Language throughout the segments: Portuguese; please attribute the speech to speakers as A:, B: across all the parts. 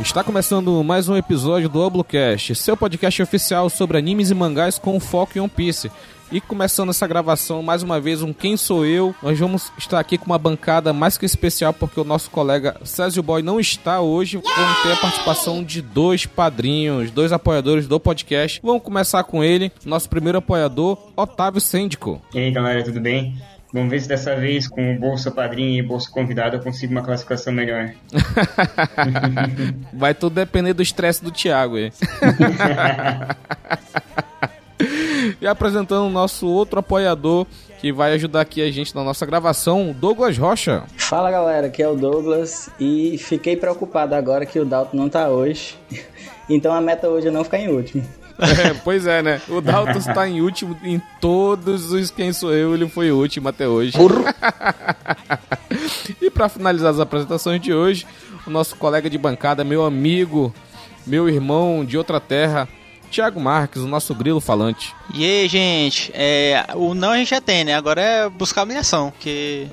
A: Está começando mais um episódio do Oblocast, seu podcast oficial sobre animes e mangás com foco em One Piece. E começando essa gravação, mais uma vez, um Quem Sou Eu. Nós vamos estar aqui com uma bancada mais que especial, porque o nosso colega Césio Boy não está hoje. Vamos ter a participação de dois padrinhos, dois apoiadores do podcast. Vamos começar com ele, nosso primeiro apoiador, Otávio Síndico.
B: E aí, galera, tudo bem? Vamos ver se dessa vez, com o Bolsa Padrinho e Bolsa Convidado, eu consigo uma classificação melhor.
A: Vai tudo depender do estresse do Thiago aí. e apresentando o nosso outro apoiador que vai ajudar aqui a gente na nossa gravação, Douglas Rocha.
C: Fala galera, aqui é o Douglas e fiquei preocupado agora que o Dalton não tá hoje. Então a meta hoje é não ficar em último.
A: É, pois é, né? O Dalton está em último em todos os Quem Sou Eu, ele foi o último até hoje. e para finalizar as apresentações de hoje, o nosso colega de bancada, meu amigo, meu irmão de outra terra, Tiago Marques, o nosso grilo falante.
D: E aí, gente, é, o não a gente já tem, né? Agora é buscar a humilhação, que...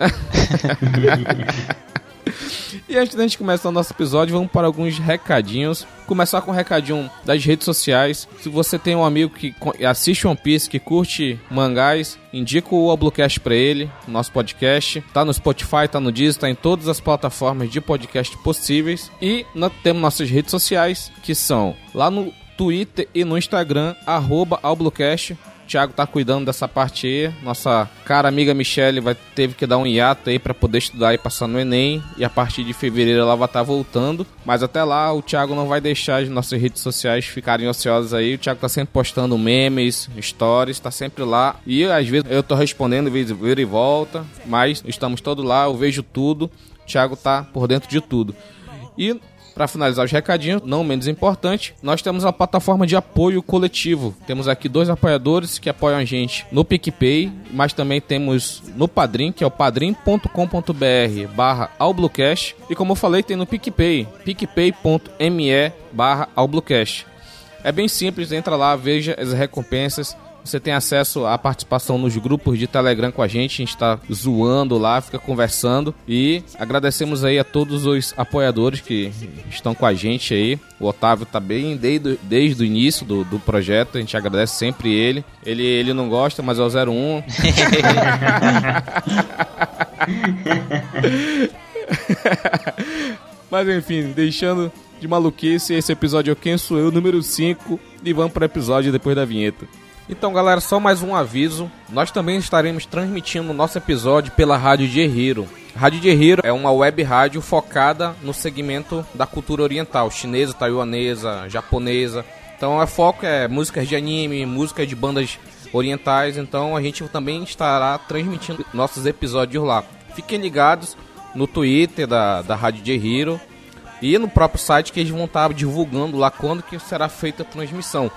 A: E antes da gente começar o nosso episódio, vamos para alguns recadinhos. Começar com o um recadinho das redes sociais. Se você tem um amigo que assiste One Piece, que curte mangás, indica o Oblocast para ele, nosso podcast. Tá no Spotify, tá no Deezer, tá em todas as plataformas de podcast possíveis. E nós temos nossas redes sociais, que são lá no Twitter e no Instagram, arroba Oblocast. Thiago tá cuidando dessa parte aí. Nossa cara amiga Michelle vai, teve que dar um hiato aí para poder estudar e passar no Enem. E a partir de fevereiro ela vai estar tá voltando. Mas até lá o Thiago não vai deixar as nossas redes sociais ficarem ociosas aí. O Thiago tá sempre postando memes, stories, tá sempre lá. E às vezes eu tô respondendo, vira e volta. Mas estamos todos lá, eu vejo tudo. O Thiago tá por dentro de tudo. E para finalizar os recadinhos, não menos importante, nós temos uma plataforma de apoio coletivo. Temos aqui dois apoiadores que apoiam a gente no PicPay, mas também temos no Padrim, que é o padrim.com.br barra albluecast. E como eu falei, tem no PicPay, picpay.me barra albluecast. É bem simples, entra lá, veja as recompensas, você tem acesso à participação nos grupos de Telegram com a gente. A gente está zoando lá, fica conversando. E agradecemos aí a todos os apoiadores que estão com a gente aí. O Otávio tá bem desde, desde o início do, do projeto. A gente agradece sempre ele. Ele, ele não gosta, mas é o 01. mas enfim, deixando de maluquice, esse episódio é Quem Sou Eu, número 5. E vamos para o episódio depois da vinheta. Então, galera, só mais um aviso. Nós também estaremos transmitindo o nosso episódio pela Rádio de Hero. Rádio de Hero é uma web rádio focada no segmento da cultura oriental, chinesa, taiwanesa, japonesa. Então, o foco é músicas de anime, músicas de bandas orientais. Então, a gente também estará transmitindo nossos episódios lá. Fiquem ligados no Twitter da, da Rádio de Hero e no próprio site que eles vão estar divulgando lá quando que será feita a transmissão.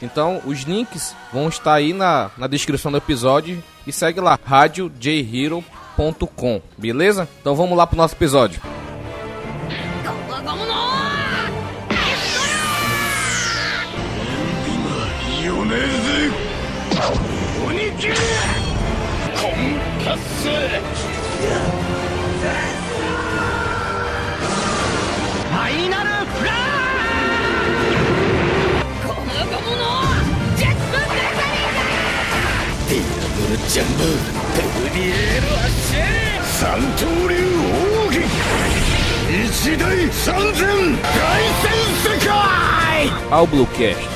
A: Então, os links vão estar aí na, na descrição do episódio e segue lá, radiojhero.com, beleza? Então vamos lá pro nosso episódio. Ao Bluecast.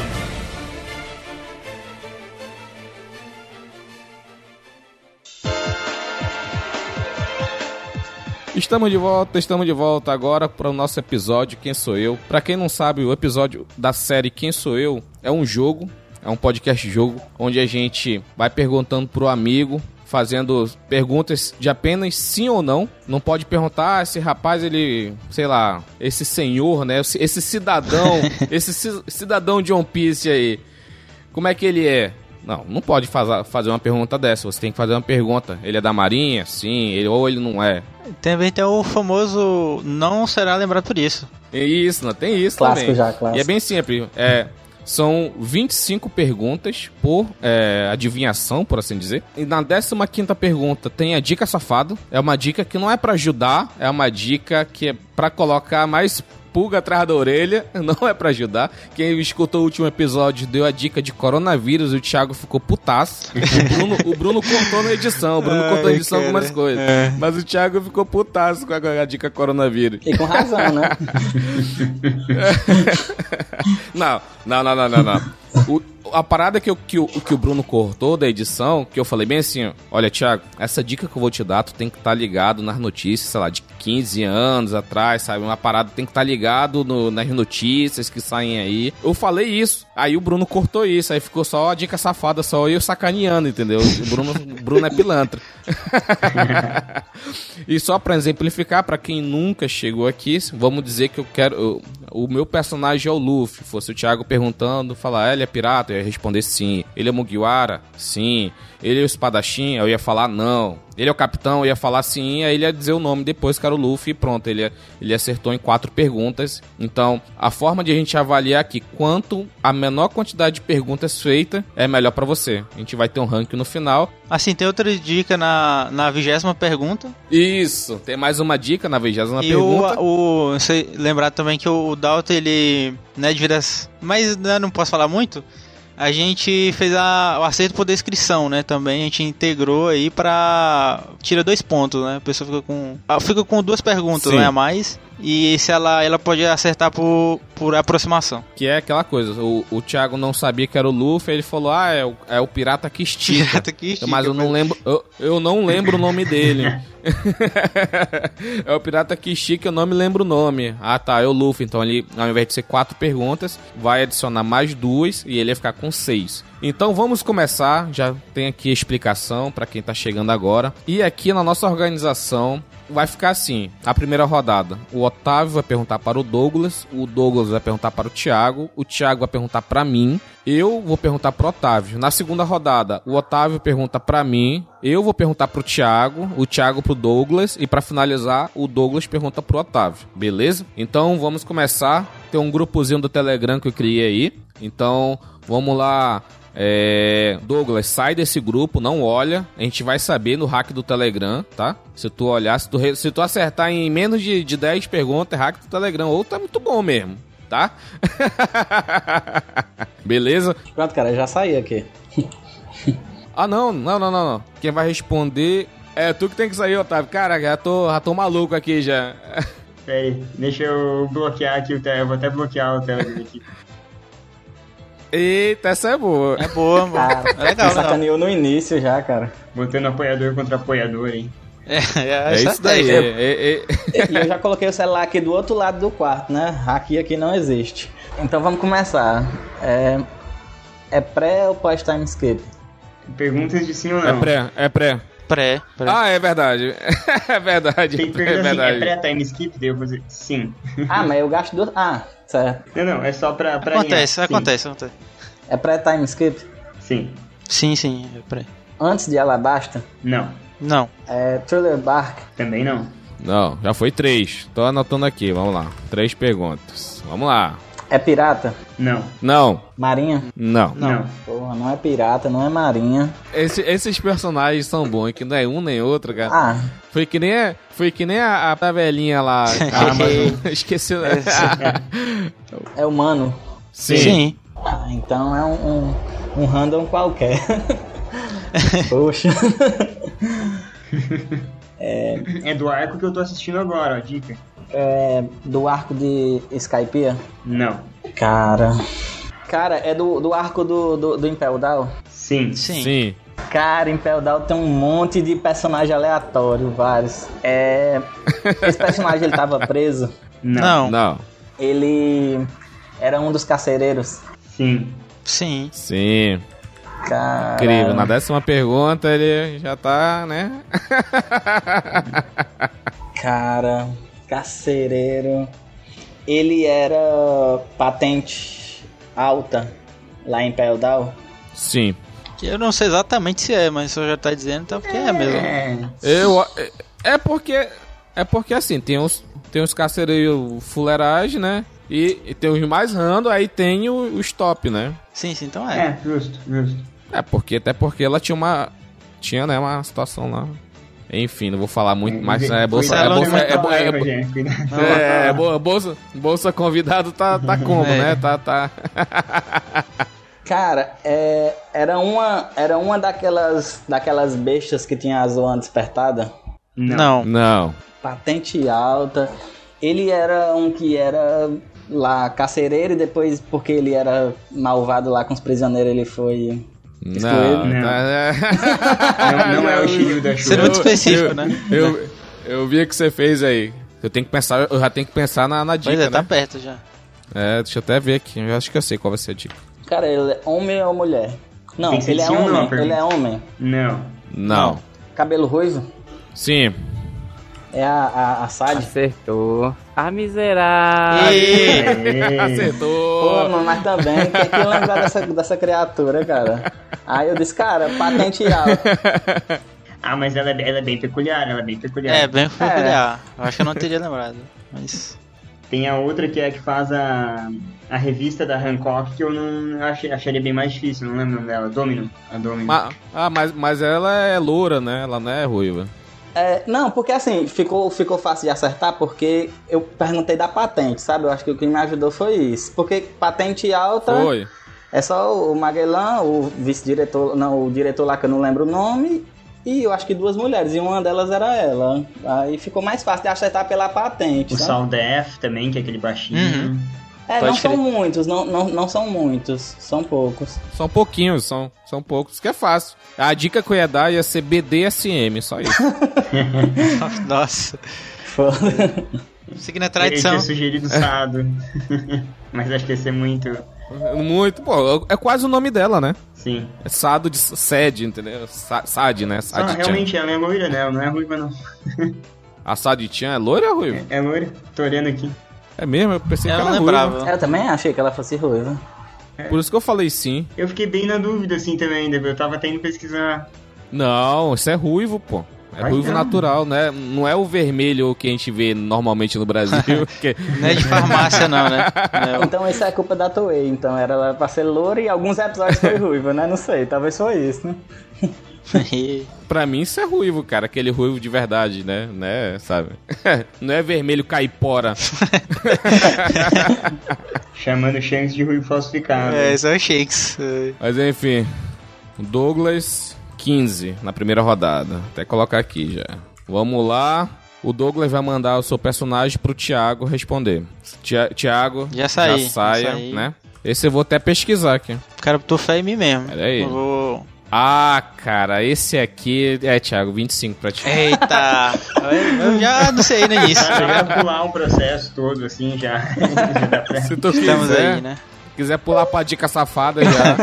A: Estamos de volta, estamos de volta agora para o nosso episódio Quem Sou Eu. Para quem não sabe, o episódio da série Quem Sou Eu é um jogo é um podcast jogo onde a gente vai perguntando pro amigo, fazendo perguntas de apenas sim ou não. Não pode perguntar ah, esse rapaz, ele, sei lá, esse senhor, né? Esse cidadão, esse cidadão de One Piece aí, como é que ele é? Não, não pode fazer uma pergunta dessa. Você tem que fazer uma pergunta. Ele é da Marinha? Sim. Ele, ou ele não é?
D: Também tem o famoso não será lembrado por isso.
A: Isso, não, tem isso
C: clássico
A: também.
C: já, clássico.
A: E é bem simples. É, São 25 perguntas por é, adivinhação, por assim dizer. E na 15 pergunta tem a dica safado. É uma dica que não é para ajudar, é uma dica que é para colocar mais pulga atrás da orelha, não é pra ajudar. Quem escutou o último episódio deu a dica de coronavírus e o Thiago ficou putaço. O Bruno, o Bruno cortou na edição, o Bruno
D: Ai,
A: cortou na edição
D: cara,
A: algumas coisas.
D: é.
A: Mas o Thiago ficou putaço com a, a dica coronavírus.
C: E com razão, né?
A: Não, não, não, não, não, não. O- a parada que, eu, que, o, que o Bruno cortou da edição, que eu falei bem assim, ó, olha, Thiago, essa dica que eu vou te dar, tu tem que estar ligado nas notícias, sei lá, de 15 anos atrás, sabe? Uma parada tem que estar ligado no- nas notícias que saem aí. Eu falei isso, aí o Bruno cortou isso, aí ficou só a dica safada, só eu sacaneando, entendeu? O Bruno, o Bruno é pilantra. E só pra exemplificar, pra quem nunca chegou aqui, vamos dizer que eu quero. eu- o meu personagem é o Luffy. Fosse o Thiago perguntando, falar, "Ah, ele é pirata? Eu ia responder sim. Ele é Mugiwara? Sim. Ele é o espadachim? Eu ia falar não. Ele é o capitão? Eu ia falar sim. Aí ele ia dizer o nome depois, que era o Luffy, e pronto. Ele, ele acertou em quatro perguntas. Então, a forma de a gente avaliar aqui quanto a menor quantidade de perguntas feita é melhor pra você. A gente vai ter um ranking no final.
D: Assim, tem outra dica na, na vigésima pergunta.
A: Isso! Tem mais uma dica na 20
D: e
A: pergunta.
D: o. o você lembrar também que o Dalton, ele. Né, devido às- Mas né, não posso falar muito. A gente fez a, o acerto por descrição, né? Também a gente integrou aí pra. Tira dois pontos, né? A pessoa fica com. ah, Fica com duas perguntas,
A: Sim.
D: né? A mais. E se ela, ela pode acertar por, por aproximação.
A: Que é aquela coisa, o, o Thiago não sabia que era o Luffy, aí ele falou, ah, é o, é o pirata que estica.
D: Pirata que estica,
A: Mas eu não lembro, eu, eu não lembro o nome dele. é o pirata que estica, eu não me lembro o nome. Ah, tá, é o Luffy. Então ele, ao invés de ser quatro perguntas, vai adicionar mais duas e ele vai ficar com seis. Então vamos começar, já tem aqui a explicação pra quem tá chegando agora. E aqui na nossa organização, vai ficar assim: a primeira rodada, o Otávio vai perguntar para o Douglas, o Douglas vai perguntar para o Thiago, o Thiago vai perguntar para mim, eu vou perguntar para o Otávio. Na segunda rodada, o Otávio pergunta para mim, eu vou perguntar para o Thiago, o Thiago para o Douglas e para finalizar, o Douglas pergunta para o Otávio, beleza? Então vamos começar. Tem um grupozinho do Telegram que eu criei aí, então vamos lá. É, Douglas, sai desse grupo, não olha. A gente vai saber no hack do Telegram, tá? Se tu olhar, se tu, re- se tu acertar em menos de, de 10 perguntas, é hack do Telegram. Ou tá muito bom mesmo, tá? Beleza?
C: Pronto, cara, já saí aqui.
A: Ah, não, não, não, não, não. Quem vai responder é tu que tem que sair, Otávio. Cara, já tô, já tô maluco aqui já.
B: Pera aí, deixa eu bloquear aqui o Telegram. Eu vou até bloquear o Telegram aqui.
A: Eita, essa é boa.
D: É boa, mano.
C: Ah,
D: É legal,
C: me sacaneou no início já, cara.
B: Botando apoiador contra apoiador, hein?
D: É, é, a
A: É isso daí.
D: estratégia.
A: É, é, é.
C: E eu já coloquei o celular aqui do outro lado do quarto, né? Aqui aqui não existe. Então vamos começar. É, é pré ou pós timescape?
B: Perguntas de sim ou
A: É
B: não.
A: pré, é pré.
D: Pré, pré.
A: Ah, é verdade. É verdade.
B: Tem que
A: É
B: perguntar assim, é
A: verdade.
B: pré-time skip? Daí eu vou dizer sim.
D: Uhum.
C: Ah, mas eu gasto duas. Ah, certo.
B: Não, não, é só pra. pra
D: acontece,
B: alinhar.
D: acontece, acontece.
C: É pré timescape?
B: Sim. Sim.
D: Sim, sim, é pré.
C: Antes de Alabasta,
B: Não.
D: Não.
C: é Thriller Bark.
B: Também não.
A: Não, já foi três. Tô anotando aqui, vamos lá. Três perguntas. Vamos lá.
C: É pirata?
B: Não.
A: Não,
C: Marinha?
A: não.
B: Não.
C: Porra, não é pirata, não é marinha.
A: Esse- esses personagens são bons, que não é um nem outro, cara.
C: Ah,
A: Foi que nem, a- foi que nem a, a velhinha lá. a Amazon. Esqueci. o-
C: é humano.
A: Sim.
D: Sim.
C: Ah, então é um, um, um random qualquer. Poxa.
B: É do arco que eu tô assistindo agora, ó. Dica.
C: É do arco de Skypiea?
B: Não.
C: Cara. Cara, é do, do arco do, do, do Impel Down?
B: Sim.
D: Sim.
A: Sim.
C: Cara, Impel Down tem um monte de personagem aleatório, vários. É. Esse personagem ele tava preso.
B: Não.
D: Não.
A: Não.
C: Ele era um dos carcereiros.
B: Sim.
D: Sim.
A: Sim.
C: Cara.
A: Incrível. Na décima pergunta ele já tá, né?
C: Cara, carcereiro. Ele era patente alta lá em Peldal.
A: Sim.
D: Que eu não sei exatamente se é, mas o senhor já tá dizendo, então porque é mesmo.
B: É.
A: Eu. É porque. É porque assim, tem uns, tem uns carcereiros fuleiragem, né? E, e tem os mais rando, aí tem o- os top, né?
D: Sim, sim, então é.
B: É, justo, justo.
A: É, porque até porque ela tinha uma. Tinha, né, uma situação lá. Enfim, não vou falar muito mais. É bolsa, é
B: Cuidado, né?
A: bolsa,
B: muito
A: é, bo- é,
B: polêmico,
A: bo-
B: gente, né? cuidado.
A: é, bo- bolsa, bolsa convidado tá, tá como,
D: É.
A: né? Tá, tá.
C: Cara, é, era uma, era uma daquelas, daquelas bestas que tinha a zoa despertada.
D: Não.
A: Não.
C: patente alta. Ele era um que era lá carcereiro e depois, porque ele era malvado lá com os prisioneiros, ele foi.
A: Não,
B: Não.
A: tá- é.
B: Não, não é o Shiryu da
D: Você é
B: Shura.
D: muito específico,
A: eu,
D: né?
A: Eu, eu vi o que você fez aí. Eu tenho que pensar, eu já tenho que pensar na, na dica,
D: Pois é, tá
A: né?
D: perto já.
A: É, deixa eu até ver aqui. Eu acho que eu sei qual vai ser a dica.
C: Cara, ele é homem ou mulher? Não,
B: Tem que ser
C: ele é
B: sim ou não, a
C: homem.
B: pergunta.
C: ele é homem.
B: Não.
A: Não.
C: Cabelo ruivo?
A: Sim.
C: É a, a, a Sad?
E: Acertou. Ah,
D: Ah,
E: miserável.
D: E...
B: É.
C: Pô,
A: Acertou.
C: mano, mas também, quem que lembrar dessa, dessa criatura, cara? Aí eu disse, cara, patente alta.
B: Ah, mas ela, é- ela é bem peculiar, ela é bem peculiar.
D: É, bem peculiar. Eu acho que eu não teria lembrado. Mas.
B: Tem a outra que é a que faz a, a revista da Hancock, que eu não achei, acharia bem mais difícil, não lembro o nome dela. Domino. A Domino.
A: Ma- ah, mas, mas ela é loura, né? Ela não é ruiva.
C: É, não, porque assim, ficou, ficou fácil de acertar porque eu perguntei da patente, sabe? Eu acho que o que me ajudou foi isso. Porque patente
B: Tá.
C: alta.
A: Foi.
C: É só o Magellan, o vice-diretor, não, o diretor lá que eu não lembro o nome, e eu acho que duas mulheres, e uma delas era ela. Aí ficou mais fácil de acertar pela patente.
B: o
C: sabe?
B: Sal Def também, que é aquele baixinho.
D: Uhum.
C: É,
D: Pode
C: não são
D: crer.
C: muitos, não, não, não são muitos, são poucos.
A: São pouquinhos, são, são poucos. Isso que é fácil. A dica que eu ia dar ia ser BDSM, só isso.
D: Nossa.
C: Foda.
D: Seguindo a
B: Eu
D: é tradição.
B: tinha
A: É.
B: sugerido Sado. mas acho que ia ser muito.
A: Muito. Pô, é quase o nome dela, né?
B: Sim.
A: É Sado de Sed, entendeu? Sa- Sad, né?
B: Ah,
A: Sad-chan.
B: realmente, ela é loira, né? Ela não é ruiva, não.
A: A Sad-chan é loira ou ruiva?
B: É loira. Tô olhando aqui.
A: É mesmo? Eu pensei
D: Eu
A: que
D: não
A: ela era ruiva. É.
D: lembrava.
C: Eu também achei que ela fosse ruiva.
A: Por isso que eu falei sim.
B: Eu fiquei bem na dúvida, assim, também. Eu tava até indo pesquisar.
A: Não, isso é ruivo, pô. É
B: Ai,
A: ruivo
B: não.
A: natural, né? Não é o vermelho que a gente vê normalmente no Brasil. que-
D: Não é de farmácia, não, né? É,
C: Então isso é culpa da Toei, então era ela pra ser loura e alguns episódios foi ruiva, né? Não sei, talvez foi isso, né?
D: e-
A: Pra mim isso é ruivo, cara. Aquele ruivo de verdade, né? né? Sabe? Não é vermelho caipora.
B: Chamando Shanks de ruivo falsificado.
D: é, são shakes. É.
A: Mas enfim. Douglas 15 na primeira rodada. Até colocar aqui já. Vamos lá. O Douglas vai mandar o seu personagem pro Thiago responder. Tia- Thiago,
D: Já saí,
A: já
D: já
A: saia,
D: saí.
A: né? Esse eu vou até pesquisar aqui.
D: Cara, botou fé em mim mesmo.
A: Pera aí.
D: Eu vou-
A: Ah, cara, esse aqui é, Thiago, 25 pra ti.
D: Eita! Tá. Eu já não sei no início. tá
B: Ah, eu ia pular o processo todo, assim, já. já dá pra...
A: Se tu
D: Estamos
A: quiser,
D: aí, né?
A: quiser pular pra dica safada já.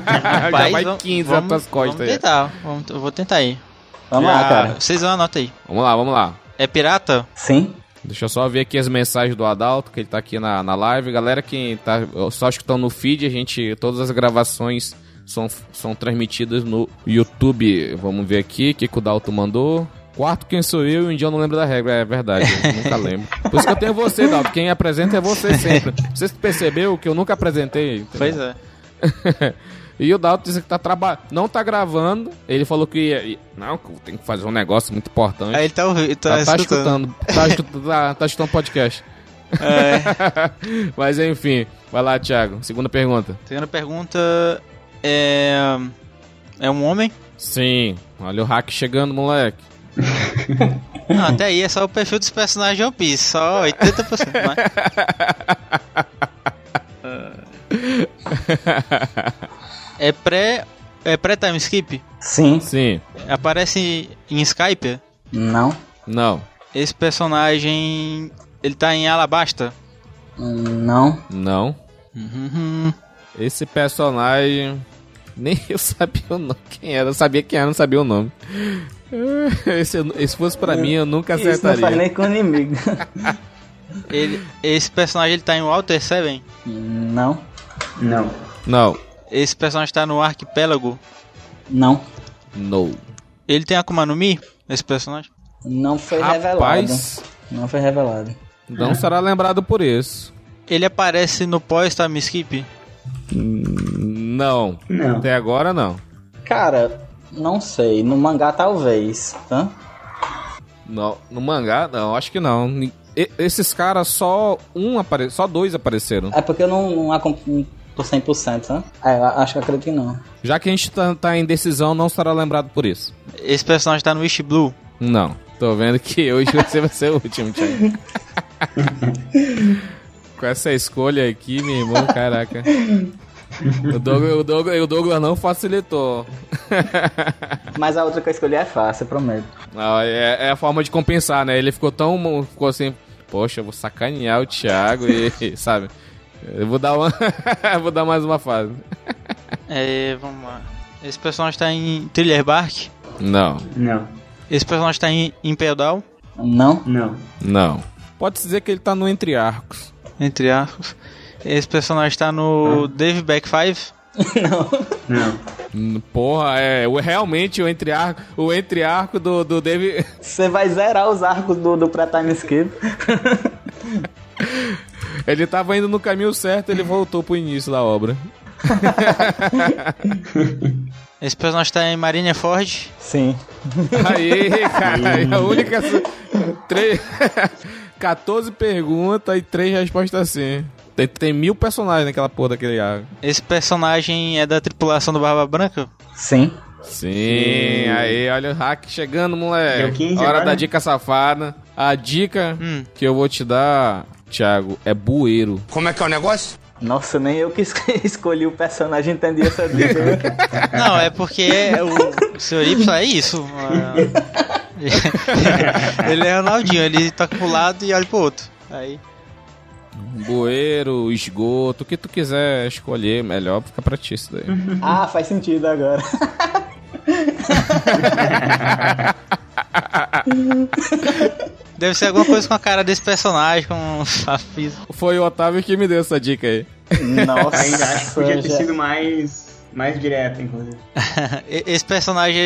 A: já
D: Rapaz,
A: vai
D: vamos-
A: 15
D: vamos-
A: nas tuas costas
D: Vamos
A: aí.
D: tentar. Vamos, eu vou tentar aí. Ah,
C: Vamos
A: Já.
C: lá, cara.
D: Vocês vão anotar aí.
A: Vamos lá, vamos lá.
D: É pirata?
C: Sim?
A: Deixa eu só ver aqui as mensagens do Adalto, que ele tá aqui na, na live. Galera que tá só escutando no feed, a gente. Todas as gravações são, são transmitidas no YouTube. Vamos ver aqui o que, que o Dalto mandou. Quarto, quem sou eu e um dia eu não lembro da regra. É verdade, eu nunca lembro. Por isso que eu tenho você, Dalto. Quem apresenta é você sempre. Você percebeu que eu nunca apresentei? entendeu?
D: Pois é.
A: E o Dalton disse que tá traba... não tá gravando. Ele falou que ia... Não, que eu tenho que fazer um negócio muito importante.
D: Aí ele tá ouvindo, tá,
A: tá, tá
D: escutando.
A: escutando. Tá escutando, tá, tá escutando podcast.
D: É,
A: Mas enfim, vai lá, Thiago. Segunda pergunta.
D: Segunda pergunta é. É um homem?
A: Sim, olha o hack chegando, moleque.
D: Não, até aí é só o perfil dos personagens de One Piece, só 80%. Mas... É pré. É pré-time skip?
C: Sim?
A: Sim,
D: Aparece em Skype?
C: Não?
A: não,
D: Esse personagem. Ele tá em Alabasta?
C: Não?
A: não.
D: Uhum.
A: Esse personagem. Nem eu sabia o nome. Quem era? Eu sabia quem era, não sabia o nome. Esse, eu- se fosse pra mim, eu nunca
C: Isso não faz
A: acertaria.
C: nem com inimigo.
D: Ele, esse personagem ele tá em Walter Seven?
C: não?
B: Não.
A: Não,
D: Esse personagem tá no Arquipélago?
C: Não?
A: não.
D: Ele tem Akuma no Mi? Esse personagem?
C: Não foi revelado. Ah.
A: Rapaz,
C: Não foi revelado.
A: não será lembrado por isso.
D: Ele aparece no pós-time skip?
A: Não,
B: Não.
A: até agora não.
C: Cara, Não sei. No mangá, talvez. tá? Hã?
A: Não, no mangá, não, acho que não. Ni- e- Esses caras só um apare... só dois apareceram.
C: É porque eu não, não acom- não tô 100%, né? É, eu acho que eu acredito que não.
A: Já que a gente tá, tá em decisão, não será lembrado por isso.
D: Esse personagem tá no Wish Blue.
A: Não. Tô vendo que hoje você vai ser o último, Thiago. Com essa escolha aqui, meu irmão, caraca. O Douglas, o Douglas- o Douglas não facilitou.
C: Mas a outra que eu escolhi é fácil, eu prometo.
A: Ah, É, é a forma de compensar, né? Ele ficou tão. Ficou assim, poxa, eu vou sacanear o Thiago e, sabe? Eu vou dar uma. vou dar mais uma fase.
D: É, vamos lá. Esse personagem tá em Thriller Bark.
A: Não,
B: Não,
D: Esse personagem tá em Impel Down.
C: Não?
B: não.
A: não. Pode dizer que ele tá no entre arcos.
D: Entre aspas. Esse personagem tá no Dave Back 5.
B: Não.
A: Hum, Porra, é. o- Realmente o entre arco. O entre arco do, do David.
C: Você vai zerar os arcos do, do pré-time skip.
A: Ele tava indo no caminho certo, ele voltou pro início da obra.
D: Esse personagem tá em Marineford.
C: Sim.
A: Aí, cara, a única. Três... 14 perguntas e três respostas sim. Tem, tem mil personagens naquela porra daquele arco.
D: Esse personagem é da tripulação do Barba Branca.
C: Sim.
A: Sim, aí, olha o hack chegando, moleque.
B: Deu 15
A: Hora
B: agora?
A: da dica safada. A dica
D: Hum.
A: que eu vou te dar, Thiago, é bueiro.
F: Como é que é o negócio?
C: Nossa, nem eu que es- escolhi o personagem entendi essa dica.
D: Não, é porque é o Sr. Y é isso. É. ele é Ronaldinho, ele toca pro lado e olha pro outro. Aí.
A: Bueiro, esgoto, o que tu quiser escolher, melhor fica pra ti isso daí.
C: ah, faz sentido agora.
D: Deve ser alguma coisa com a cara desse personagem, com um a física.
A: Foi o Otávio que me deu essa dica aí.
C: Nossa.
B: Ainda acho que podia ter
C: já-
B: sido mais, mais direto, inclusive.
D: E- Esse personagem,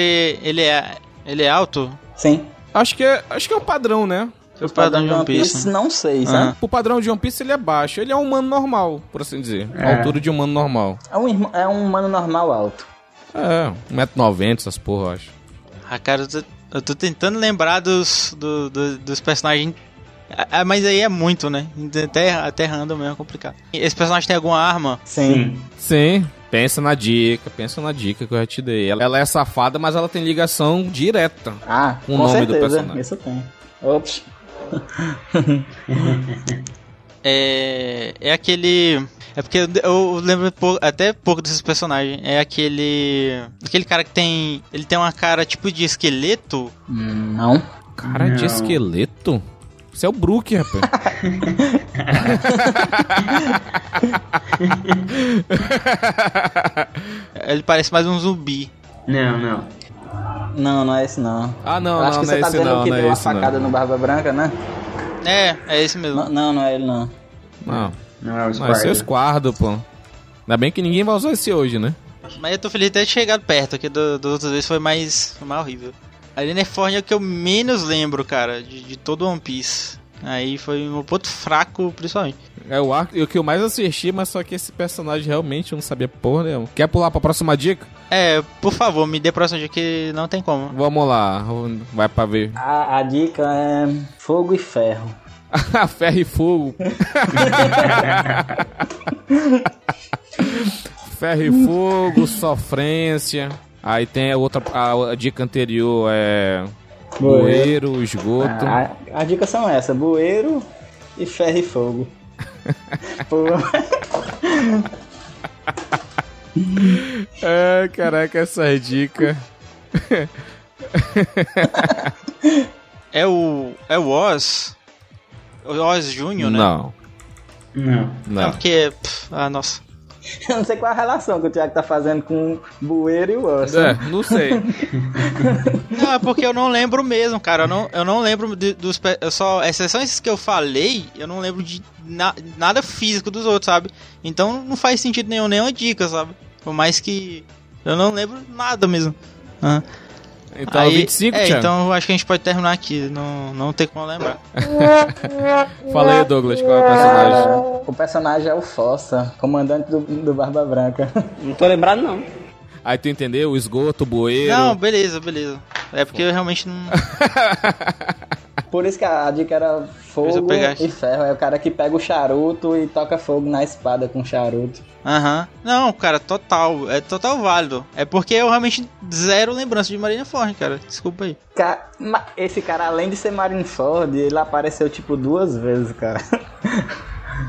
D: ele é. Ele é alto?
C: Sim.
A: Acho que é, acho que é o padrão, né?
D: O
C: Tá
D: padrão de One Piece.
C: Isso não sei,
D: Ah.
C: sabe?
A: O padrão de One Piece ele é baixo, ele é um humano normal, por assim dizer. A
B: É.
A: altura de um humano normal.
C: É um, irmão- é um humano normal alto.
A: É, 1,90m, essas porra, eu acho.
D: Ah, cara, eu tô, eu tô tentando lembrar dos, do- do- dos personagens. Ah, mas aí é muito, né? Até, até random mesmo é complicado. Esse personagem tem alguma arma?
C: Sim.
A: Sim. Pensa na dica, pensa na dica que eu já te dei. Ela, ela é safada, mas ela tem ligação direta.
C: Ah,
A: O
C: com
A: nome do
C: certeza.
A: personagem.
C: Isso tem. Ops.
D: É, é aquele. É porque eu, eu lembro pou- até um pouco desses personagens. É aquele. Aquele cara que tem. Ele tem uma cara tipo de esqueleto.
C: Hum, Não.
A: Cara de
B: Não.
A: esqueleto? Isso é o Brook, rapaz.
D: Ele parece mais um zumbi.
B: Não, não.
C: Não, não é esse não.
A: ah, não,
C: Eu acho
A: não,
C: que
A: não é
C: você tá
A: esse
C: dizendo
A: não,
C: que
A: não
C: deu
A: é
C: uma
A: esse
C: facada
A: não.
C: no Barba Branca, né?
D: É, é esse mesmo.
C: Não, não, não é ele não.
A: Não,
B: Não é
A: não,
B: o
A: esse é o
B: Squire.
A: Squardo, pô. Ainda bem que ninguém vai usar esse hoje, né?
D: Mas eu tô feliz de ter chegado perto, que do- das outras vezes foi mais, foi mais horrível. A Lineforn é o que eu menos lembro, cara, de, de todo One Piece. Aí foi um ponto fraco, principalmente.
A: É o arco e o que eu mais assisti, mas só que esse personagem realmente eu não sabia porra nenhuma. Quer pular pra próxima dica?
D: É, por favor, me dê próximo dia que não tem como.
A: Vamos lá, vai pra ver.
C: A, a dica é fogo e ferro.
A: Ferro e fogo. Ferro e fogo, sofrência. Aí tem a outra a, a dica anterior é
C: né?
A: bueiro, esgoto.
C: Ah, A, as dicas são essas, bueiro e ferro e fogo. Pô,
A: É, caraca, essa dica.
D: É o. É o Oz? O Oz Júnior, né?
A: Não,
B: Não.
D: É
A: não.
D: porque. pff, ah, nossa.
C: eu não sei qual é a relação que o Thiago tá fazendo com bueiro e o osso.
A: É, não sei.
D: Não, é porque eu não lembro mesmo, cara. Eu não, eu não lembro de- dos. pe- Eu só, exceção esses que eu falei, eu não lembro de na- nada físico dos outros, sabe? Então não faz sentido nenhum, nenhuma dica, sabe? Por mais que. Eu não lembro nada mesmo. Ah,
A: Então,
D: aí-
A: 25,
D: é,
A: Thiago.
D: então eu acho que a gente pode terminar aqui. Não, não tem como lembrar.
A: Fala aí, Douglas,
C: Ah.
A: qual é o personagem?
C: O personagem é o Fossa, comandante do, do Barba Branca.
G: Não tô lembrado, não.
A: Aí tu entendeu? O esgoto, o bueiro.
D: Não, beleza, beleza. É porque eu realmente não.
C: Por isso que a dica era
D: Preciso
C: fogo
D: pegar
C: e
D: isso.
C: ferro. É o cara que pega o charuto e toca fogo na espada com o charuto.
D: Aham. Não, cara, total. É total válido. É porque eu realmente zero lembrança de Marineford, cara. Desculpa aí.
C: Ca- ma- Esse cara, além de ser Marineford, ele apareceu tipo duas vezes, cara.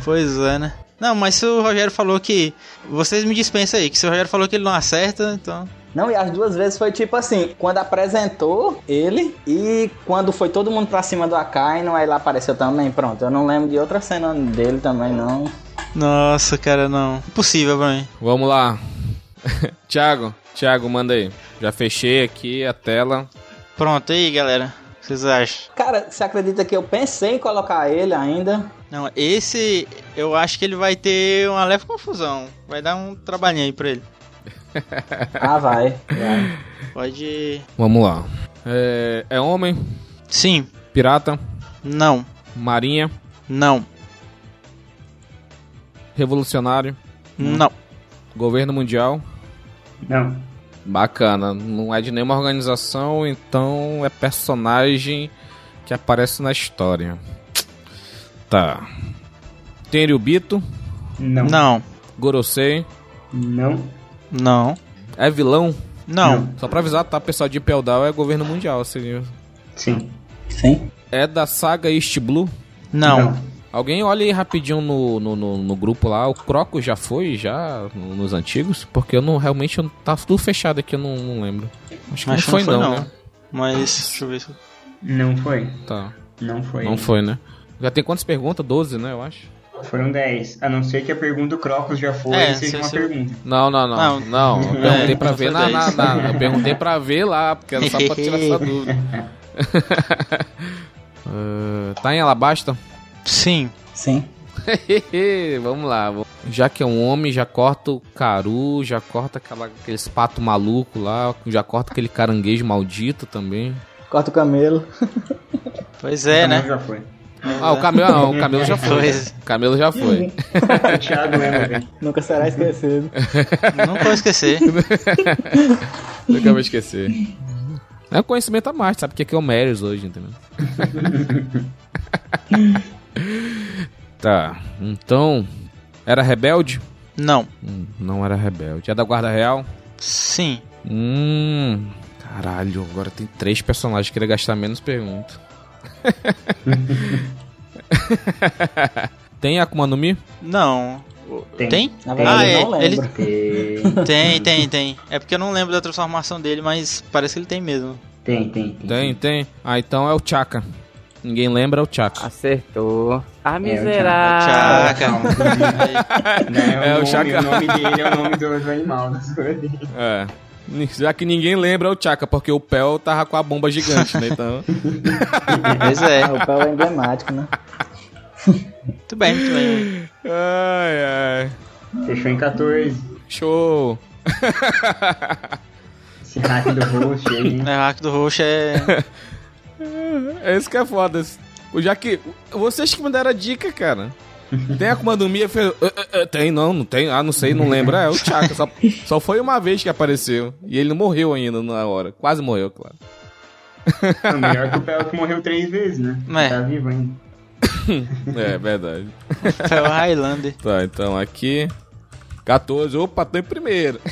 D: Pois é, né? Não, mas se o Rogério falou que. Vocês me dispensam aí, que se o Rogério falou que ele não acerta, então.
C: Não, e as duas vezes foi tipo assim, quando apresentou ele e quando foi todo mundo pra cima do Akainu, aí lá apareceu também, pronto. Eu não lembro de outra cena dele também, não.
D: Nossa, cara, não. Impossível pra mim.
A: Vamos lá. Thiago, Thiago, manda aí. Já fechei aqui a tela.
D: Pronto, e aí, galera? O que vocês acham?
C: Cara, você acredita que eu pensei em colocar ele ainda?
D: Não, esse eu acho que ele vai ter uma leve confusão. Vai dar um trabalhinho aí pra ele.
C: Ah, vai. vai.
D: Pode.
A: Vamos lá. É, é homem,
D: Sim,
A: pirata,
D: não,
A: marinha,
D: não,
A: revolucionário,
D: não.
A: governo mundial.
B: Não.
A: Bacana. Não é de nenhuma organização, então é personagem que aparece na história. Tá. Tem Ryubito,
B: Não.
D: Não,
A: Gorosei.
B: Não.
D: não,
A: É vilão?
D: não,
A: Só pra avisar, tá, pessoal de Impel Down é governo mundial. Seria.
B: Sim.
C: Sim.
A: É da saga East Blue?
D: não.
A: Alguém olha aí rapidinho no, no, no, no grupo lá. O Croco já foi, já, no- nos antigos? Porque eu não, realmente, eu, tá tudo fechado aqui, eu não, não lembro. Acho que
D: Acho
A: não foi não, né?
D: Mas, deixa eu ver se.
B: Não foi.
A: Tá,
B: Não foi.
D: um-
A: não foi, né? Já tem quantas perguntas? 12, né, eu acho.
B: Foram 10. A não ser que a pergunta do Crocus já foi
D: É,
B: e seja
D: se-
B: uma
D: se-
B: pergunta.
A: Não, não, não.
D: Não.
A: Não, eu perguntei
D: É,
A: pra
D: não
A: ver
D: foi
A: na, na,
D: dez.
A: na- Eu perguntei pra ver lá, porque era só pra tirar essa dúvida. Ah, tá em Alabasta?
D: Sim,
C: Sim.
A: Vamos lá. Já que é um homem, já corta o caru, já corta aquela, aqueles pato maluco lá, já corta aquele caranguejo maldito também.
C: Corta o camelo.
D: pois é,
B: Então,
D: né?
B: Já foi.
A: Ah, o camelo, ah, o camelo já foi. né?
D: Pois.
A: O camelo já foi.
B: O Thiago lembra bem.
C: Nunca será esquecido.
D: Não vou esquecer.
A: Nunca vou esquecer. É um conhecimento a mais, sabe? Porque aqui é o Mérios hoje, entendeu? tá, então. Era rebelde?
D: Não,
A: Hum, não era rebelde. É da Guarda Real?
D: sim,
A: Hum. Caralho, agora tem três personagens que queria gastar menos perguntas. tem Akuma no Mi?
D: não.
B: Tem.
D: Tem?
C: Na verdade,
D: é,
C: eu não
D: ele
C: lembro.
B: Tem,
D: tem, tem, tem. É porque eu não lembro da transformação dele, mas parece que ele tem mesmo.
B: tem, tem. tem.
A: Tem, tem. Ah, então é o Chaka. Ninguém lembra, é o Chaka.
B: É,
E: Acertou. Ah,
D: Thiago.
E: miserável.
D: Ah, cara.
B: Não,
A: É,
B: é
A: o
B: o, nome,
A: Chaka.
B: o nome dele é o nome do, do animal. das coisas dele.
A: É. Já que ninguém lembra é o Chaka, porque o Pel tava com a bomba gigante, né? Então.
D: Pois é.
C: Ah, O pau é emblemático, né?
D: Muito bem, muito bem.
A: ai, ai.
B: Fechou em 14.
A: Show.
B: Esse hack do host aí.
D: O hack do roxo é.
A: É isso que é foda. Já que. Vocês que me deram a dica, cara. Tem Akuma no Mi? Eu falei, "Ah, ah, ah, tem, não, não tem. Ah, não sei, não lembro. É, o Chaka. Só, só foi uma vez que apareceu. E ele não morreu ainda na hora. Quase morreu, claro.
B: É melhor que o Pel que morreu três vezes, né?
D: É.
B: Tá vivo ainda.
A: É, verdade.
D: É o Highlander.
A: Tá, então aqui. 14. Opa, tô em primeiro.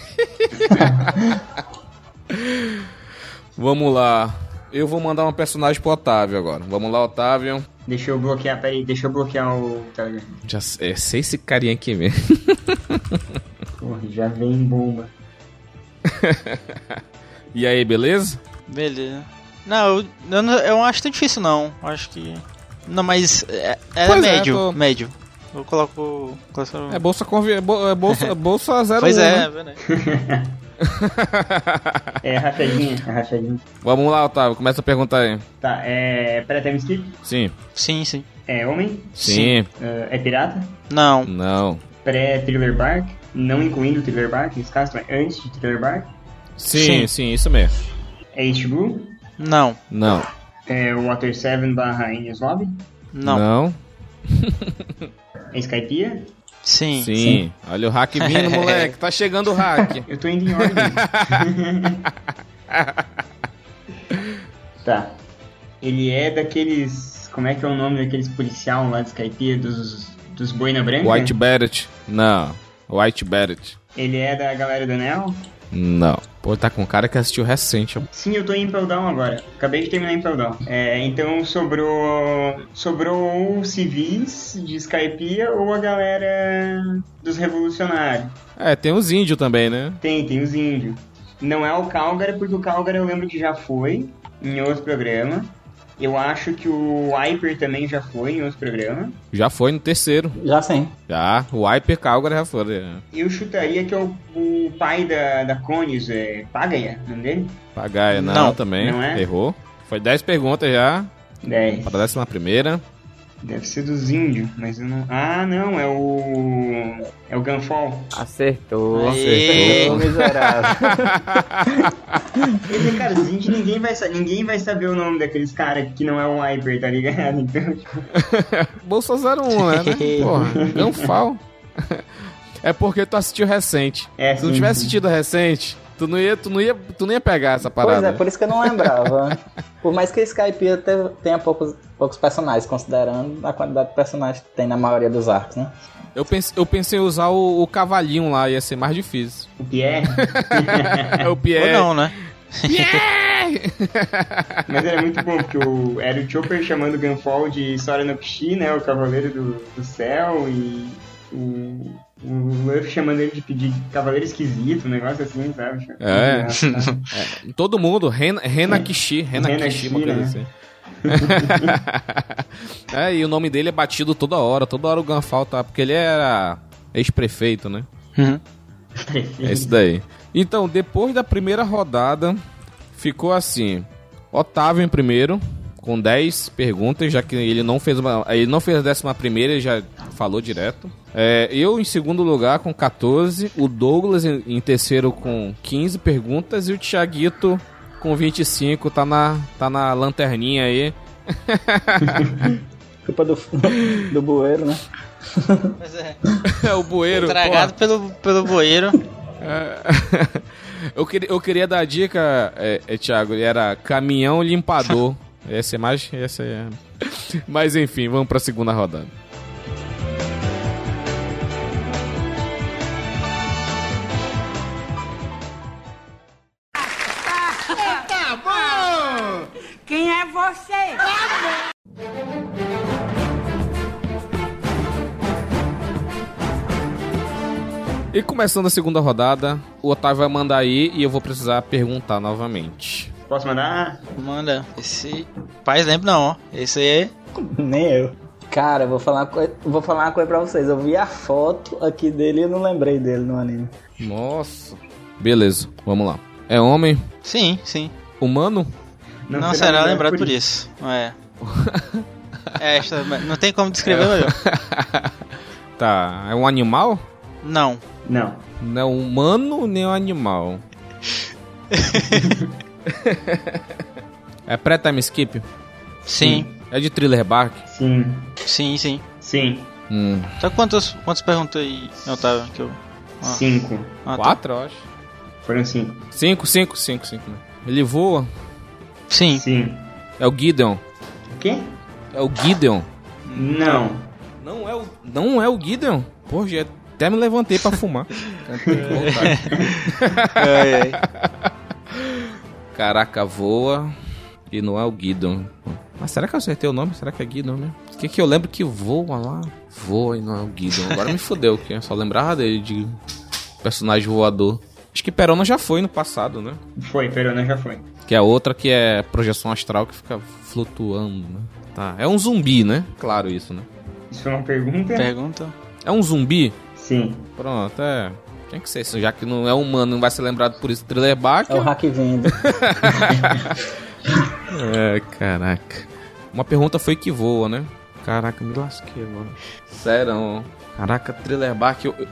A: Vamos lá. Eu vou mandar uma personagem pro Otávio agora. Vamos lá, Otávio.
B: Deixa eu bloquear, peraí, deixa eu bloquear o Telegram.
A: Já é, sei esse carinha aqui mesmo.
B: Porra, já vem bomba.
A: E aí, beleza?
D: Beleza. Não, eu, eu não, eu não acho tão difícil, não. Acho que. Não, mas. É, era
A: Pois é,
D: médio.
A: tô-
D: Médio. Eu coloco. coloco-
A: É bolsa convi... é bo- é bolsa, é bolsa zero.
D: pois
A: um,
D: é,
A: né?
D: é verdade.
B: É rachadinha, é rachadinha.
A: Vamos lá, Otávio. Começa a perguntar aí.
B: Tá, é. Pera, time skip?
A: Sim.
D: Sim, sim.
B: É homem?
A: Sim.
B: É, é pirata?
D: Não,
A: Não.
B: Pré-Thriller Bark? Não incluindo o Thriller Bark, nesse caso, mas antes de Thriller Bark?
A: Sim, sim,
D: Sim.
A: isso mesmo.
B: É East Blue?
D: não,
A: Não.
B: É Water 7 barra Ines Lobby?
D: não,
A: Não.
B: É Skypiea?
D: Sim.
A: Sim. Olha o hack vindo, moleque. Tá chegando o hack.
B: Eu tô indo em ordem. tá. Ele é daqueles. Como é que é o nome daqueles policial lá de Skype? Dos, dos Boina Branca?
A: White Barrett. Não. White Barrett.
B: Ele é da galera do Anel?
A: Não. Pô, tá com cara que assistiu recente. ó.
B: Sim, eu tô em Impel Down agora. Acabei de terminar em Impel Down. É, então sobrou. Sobrou ou civis de Skypiea ou a galera dos revolucionários.
A: É, tem os índios também, né?
B: Tem, tem os índios. Não é o Calgary, porque o Calgary eu lembro que já foi em outro programa. Eu acho que o Hyper também já foi em outro programa.
A: Já foi no terceiro.
C: Já sim.
A: Já. O Hyper Calgary já foi. né?
B: Eu chutaria que é o, o pai da, da Conis, é Pagaia, o nome dele?
A: Pagaia, não,
D: Não,
A: também.
B: não é?
A: Errou. Foi 10 perguntas já.
B: 10.
A: Para décima primeira.
B: É, Deve ser dos índios, mas eu não. Ah, não, é o. É o Gunfall.
E: Acertou.
D: Aê.
A: É.
C: Ô, miserável.
B: Esse cara, os índios, ninguém vai, sa- ninguém vai saber o nome daqueles caras que não é o Hyper, tá ligado? Então, tipo,
A: Bolsa 01, né? né? Porra, não fal. É porque tu assistiu recente.
B: é,
A: Se tu
B: sim,
A: não tivesse
B: sim.
A: assistido recente, tu não ia, tu não ia, tu não ia pegar essa
C: pois é,
A: parada.
C: por isso que eu não lembrava. Por mais que Skype te- tenha poucos, poucos personagens, considerando a quantidade de personagens que tem na maioria dos arcos, né?
A: Eu, pense, eu pensei em usar o, o cavalinho lá, ia ser mais difícil.
B: assim, O Pierre.
A: É o
D: Ou
A: Pierre.
D: não, né?
A: Pierre!
B: Mas era muito bom, porque o, era o Chopper chamando o Gunfall de Sora no Kishi, né? O Cavaleiro do, do Céu, e o, o Luffy chamando ele de pedir Cavaleiro Esquisito, um negócio assim, sabe? tá,
A: É.
B: Nossa.
A: Todo mundo, Rena, Rena Kishi. Rena,
B: Rena
A: Kishi, uma
B: Kishi,
A: coisa
B: né?
A: assim. é, e o nome dele é batido toda hora, toda hora o Ganfal tá, porque ele era ex-prefeito, né?
C: Uhum.
B: tá,
A: É isso daí. Então, depois da primeira rodada, ficou assim: Otávio em primeiro, com 10 perguntas, já que ele não fez uma, ele não fez a décima primeira, ele já falou direto. É, eu em segundo lugar com 14, o Douglas em, em terceiro com 15 perguntas e o Thiaguito com 25, tá na, tá na lanterninha aí.
C: Culpa do, do bueiro, né?
D: Pois é.
A: É o bueiro.
D: Tragado pelo, pelo boeiro.
A: É. eu, queria, eu queria dar a dica, é, é, Thiago, era caminhão limpador. Essa é mais. Essa é... Mas enfim, vamos pra segunda rodada.
F: Quem é você?
A: E começando a segunda rodada, o Otávio vai mandar aí e eu vou precisar perguntar novamente.
B: Posso mandar?
D: Manda. Esse. Paz lembra não, ó. Esse aí.
C: Nem eu. Cara, eu vou falar, uma coi- vou falar uma coisa pra vocês. Eu vi a foto aqui dele e eu não lembrei dele no anime.
A: Nossa. Beleza, vamos lá. É homem?
D: Sim, sim.
A: Humano?
D: Não,
B: sei
D: será
B: lá,
D: lembrado por isso. É. é, esta- mas não tem como descrever melhor.
A: Tá. É um animal?
D: Não.
B: Não.
A: Não é humano nem um animal. é pré-time skip?
D: Sim,
A: É de Thriller Bark?
B: Sim.
D: sim, sim.
B: Sim.
A: Hum.
D: Então quantas, quantas perguntas aí, Otávio? Que eu... Ah.
B: Cinco.
D: Ah, tá.
A: Quatro, eu acho.
B: Foram cinco.
A: Cinco, cinco, cinco, cinco. né? Ele voa?
D: Sim.
B: Sim.
A: É o Gideon.
B: O quê?
A: É o Gideon.
B: Não.
A: Não é o... Não é o Gideon? Pô, já até me levantei pra fumar. Tem que voltar.
D: Ai, ai.
A: Caraca, voa. E não é o Gideon. Mas será que eu acertei o nome? Será que é Gideon mesmo? O que que eu lembro que voa lá? Voa e não é o Gideon. Agora me fodeu, que eu só lembrava dele de personagem voador. Acho que Perona já foi no passado, né?
B: Foi, Perona já foi.
A: Que é outra que é projeção astral que fica flutuando, né? Tá, é um zumbi, né? Claro isso, né?
B: Isso foi uma pergunta?
D: Pergunta.
A: É um zumbi?
B: Sim.
A: Pronto, é... Tem que ser isso, já que não é humano, não vai ser lembrado por isso. Thriller Bark...
C: É o hack vindo.
A: É, caraca. Uma pergunta foi que voa, né? Caraca, me lasquei mano. Sério, ó. caraca, Thriller Bark. Eu, eu-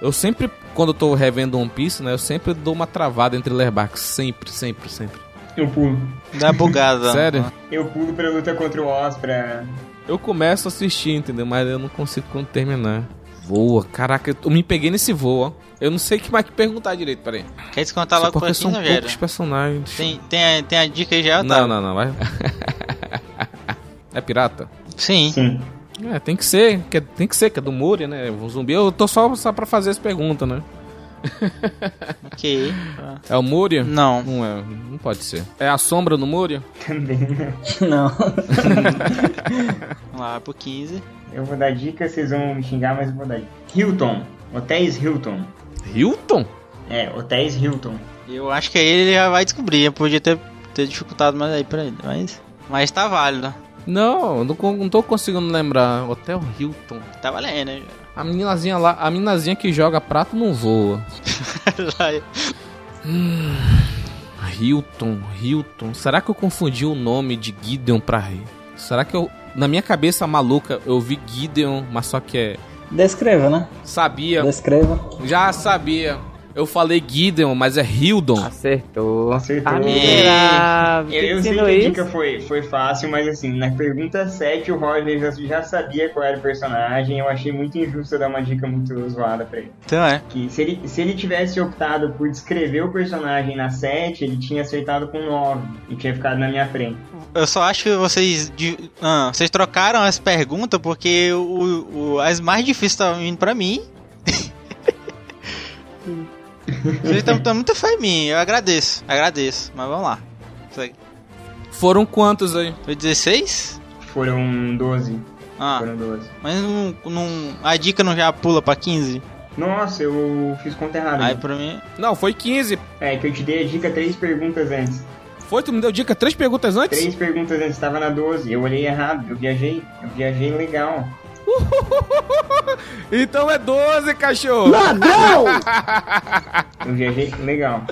A: eu sempre, quando eu tô revendo One Piece, né? Eu sempre dou uma travada em Thriller Bark. Sempre, sempre, sempre.
B: Eu pulo.
D: Dá bugada.
A: Sério?
B: Eu pulo pra luta contra o Oz pra.
A: Eu começo a assistir, entendeu? Mas eu não consigo quando terminar. Voa, caraca, eu me peguei nesse voo, ó. Eu não sei o que mais que perguntar direito, peraí.
D: Quer descontar
A: Só
D: logo
A: porque
D: pra
A: são
D: cima, Rogério?
A: poucos personagens.
D: Tem, tem, a, tem a dica aí já,
A: Não,
D: Otávio?
A: não, não, vai. é pirata?
D: Sim.
B: Sim.
A: É, tem que ser, que é- tem que ser, que é do Muri, né? O zumbi, eu tô só, só pra fazer as perguntas, né?
D: Ok.
A: É o Muri?
D: Não.
A: Não é, não pode ser. É a sombra no Muri?
B: Também, né?
C: Não.
D: Vamos lá, pro 15.
B: Eu vou dar dica, vocês vão me xingar, mas eu vou dar dica. Hilton. Hotéis Hilton.
A: Hilton?
B: É, Hotéis Hilton.
D: Eu acho que aí ele já vai descobrir. Eu podia ter, ter dificultado mais aí pra ele. Mas, mas tá válido.
A: Não, eu não, con- não tô conseguindo lembrar. Hotel Hilton.
D: Tá valendo, né?
A: A meninazinha lá, a meninazinha que joga prato não voa. Hilton, Hilton. Será que eu confundi o nome de Gideon pra rei? Será que eu. Na minha cabeça maluca, eu vi Gideon, mas só que é.
C: Descreva, né?
A: Sabia,
C: Descreva.
A: já sabia. Eu falei Gideon, mas é Hildon.
E: Acertou.
B: Acertou.
E: Ah, miserável.
B: Eu, eu
E: Quem
B: sei que
E: ensinou
B: a
E: isso?
B: dica foi, foi fácil, mas assim, na pergunta 7 o Roger já, já sabia qual era o personagem. Eu achei muito injusto eu dar uma dica muito zoada pra ele.
D: Então é.
B: Que se ele, se ele tivesse optado por descrever o personagem na 7, ele tinha acertado com 9 e tinha ficado na minha frente.
D: Eu só acho que vocês. de- ah, vocês trocaram as perguntas porque o, o- as mais difíceis estavam vindo pra mim. vocês estão tão muita fé em mim. Eu agradeço. Agradeço. Mas vamos lá. Segue.
A: Foram quantos aí?
D: Foi 16?
B: Foram 12.
D: Ah,
B: Foram 12.
D: mas não, não- a dica não já pula pra 15?
B: Nossa, eu fiz conta errada.
D: Aí pra mim.
A: Não, foi 15.
B: É que eu te dei a dica três perguntas antes.
A: Foi, tu me deu dica três perguntas antes?
B: Três perguntas antes, tava na 12. Eu olhei errado, eu viajei. Eu viajei legal.
A: Então é 12, cachorro.
C: Ladrão!
B: Eu viajei legal.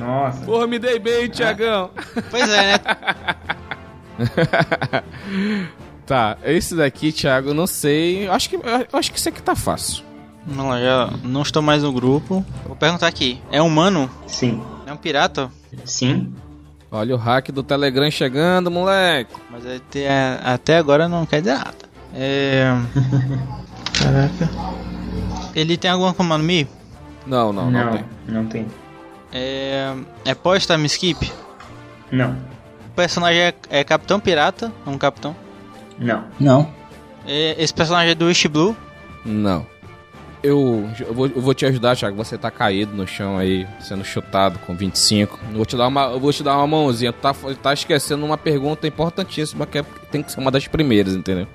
B: Nossa.
A: Porra, me dei bem, Tiagão.
D: Pois é, né?
A: Tá, esse daqui, Thiago, eu não sei. Eu Acho que, eu acho que esse aqui tá fácil.
D: Vamos lá, já não estou mais no grupo. Vou perguntar aqui. É humano?
B: Sim.
D: É um pirata?
B: Sim.
A: Olha o hack do Telegram chegando, moleque.
D: Mas é até, até agora não quer dizer nada. É. Caraca. Ele tem alguma comando Mi?
A: Não, não, não, tem.
B: Não tem.
D: É. É pós-time skip?
B: Não.
D: O personagem é, é Capitão Pirata, é um capitão.
B: Não.
C: Não.
D: É, esse personagem é do East Blue.
A: Não. Eu, eu, vou, eu vou te ajudar, Thiago. Você tá caído no chão aí, sendo chutado com 25. Eu vou te dar uma, eu vou te dar uma mãozinha. Tu tá, tá esquecendo uma pergunta importantíssima que é- tem que ser uma das primeiras, entendeu?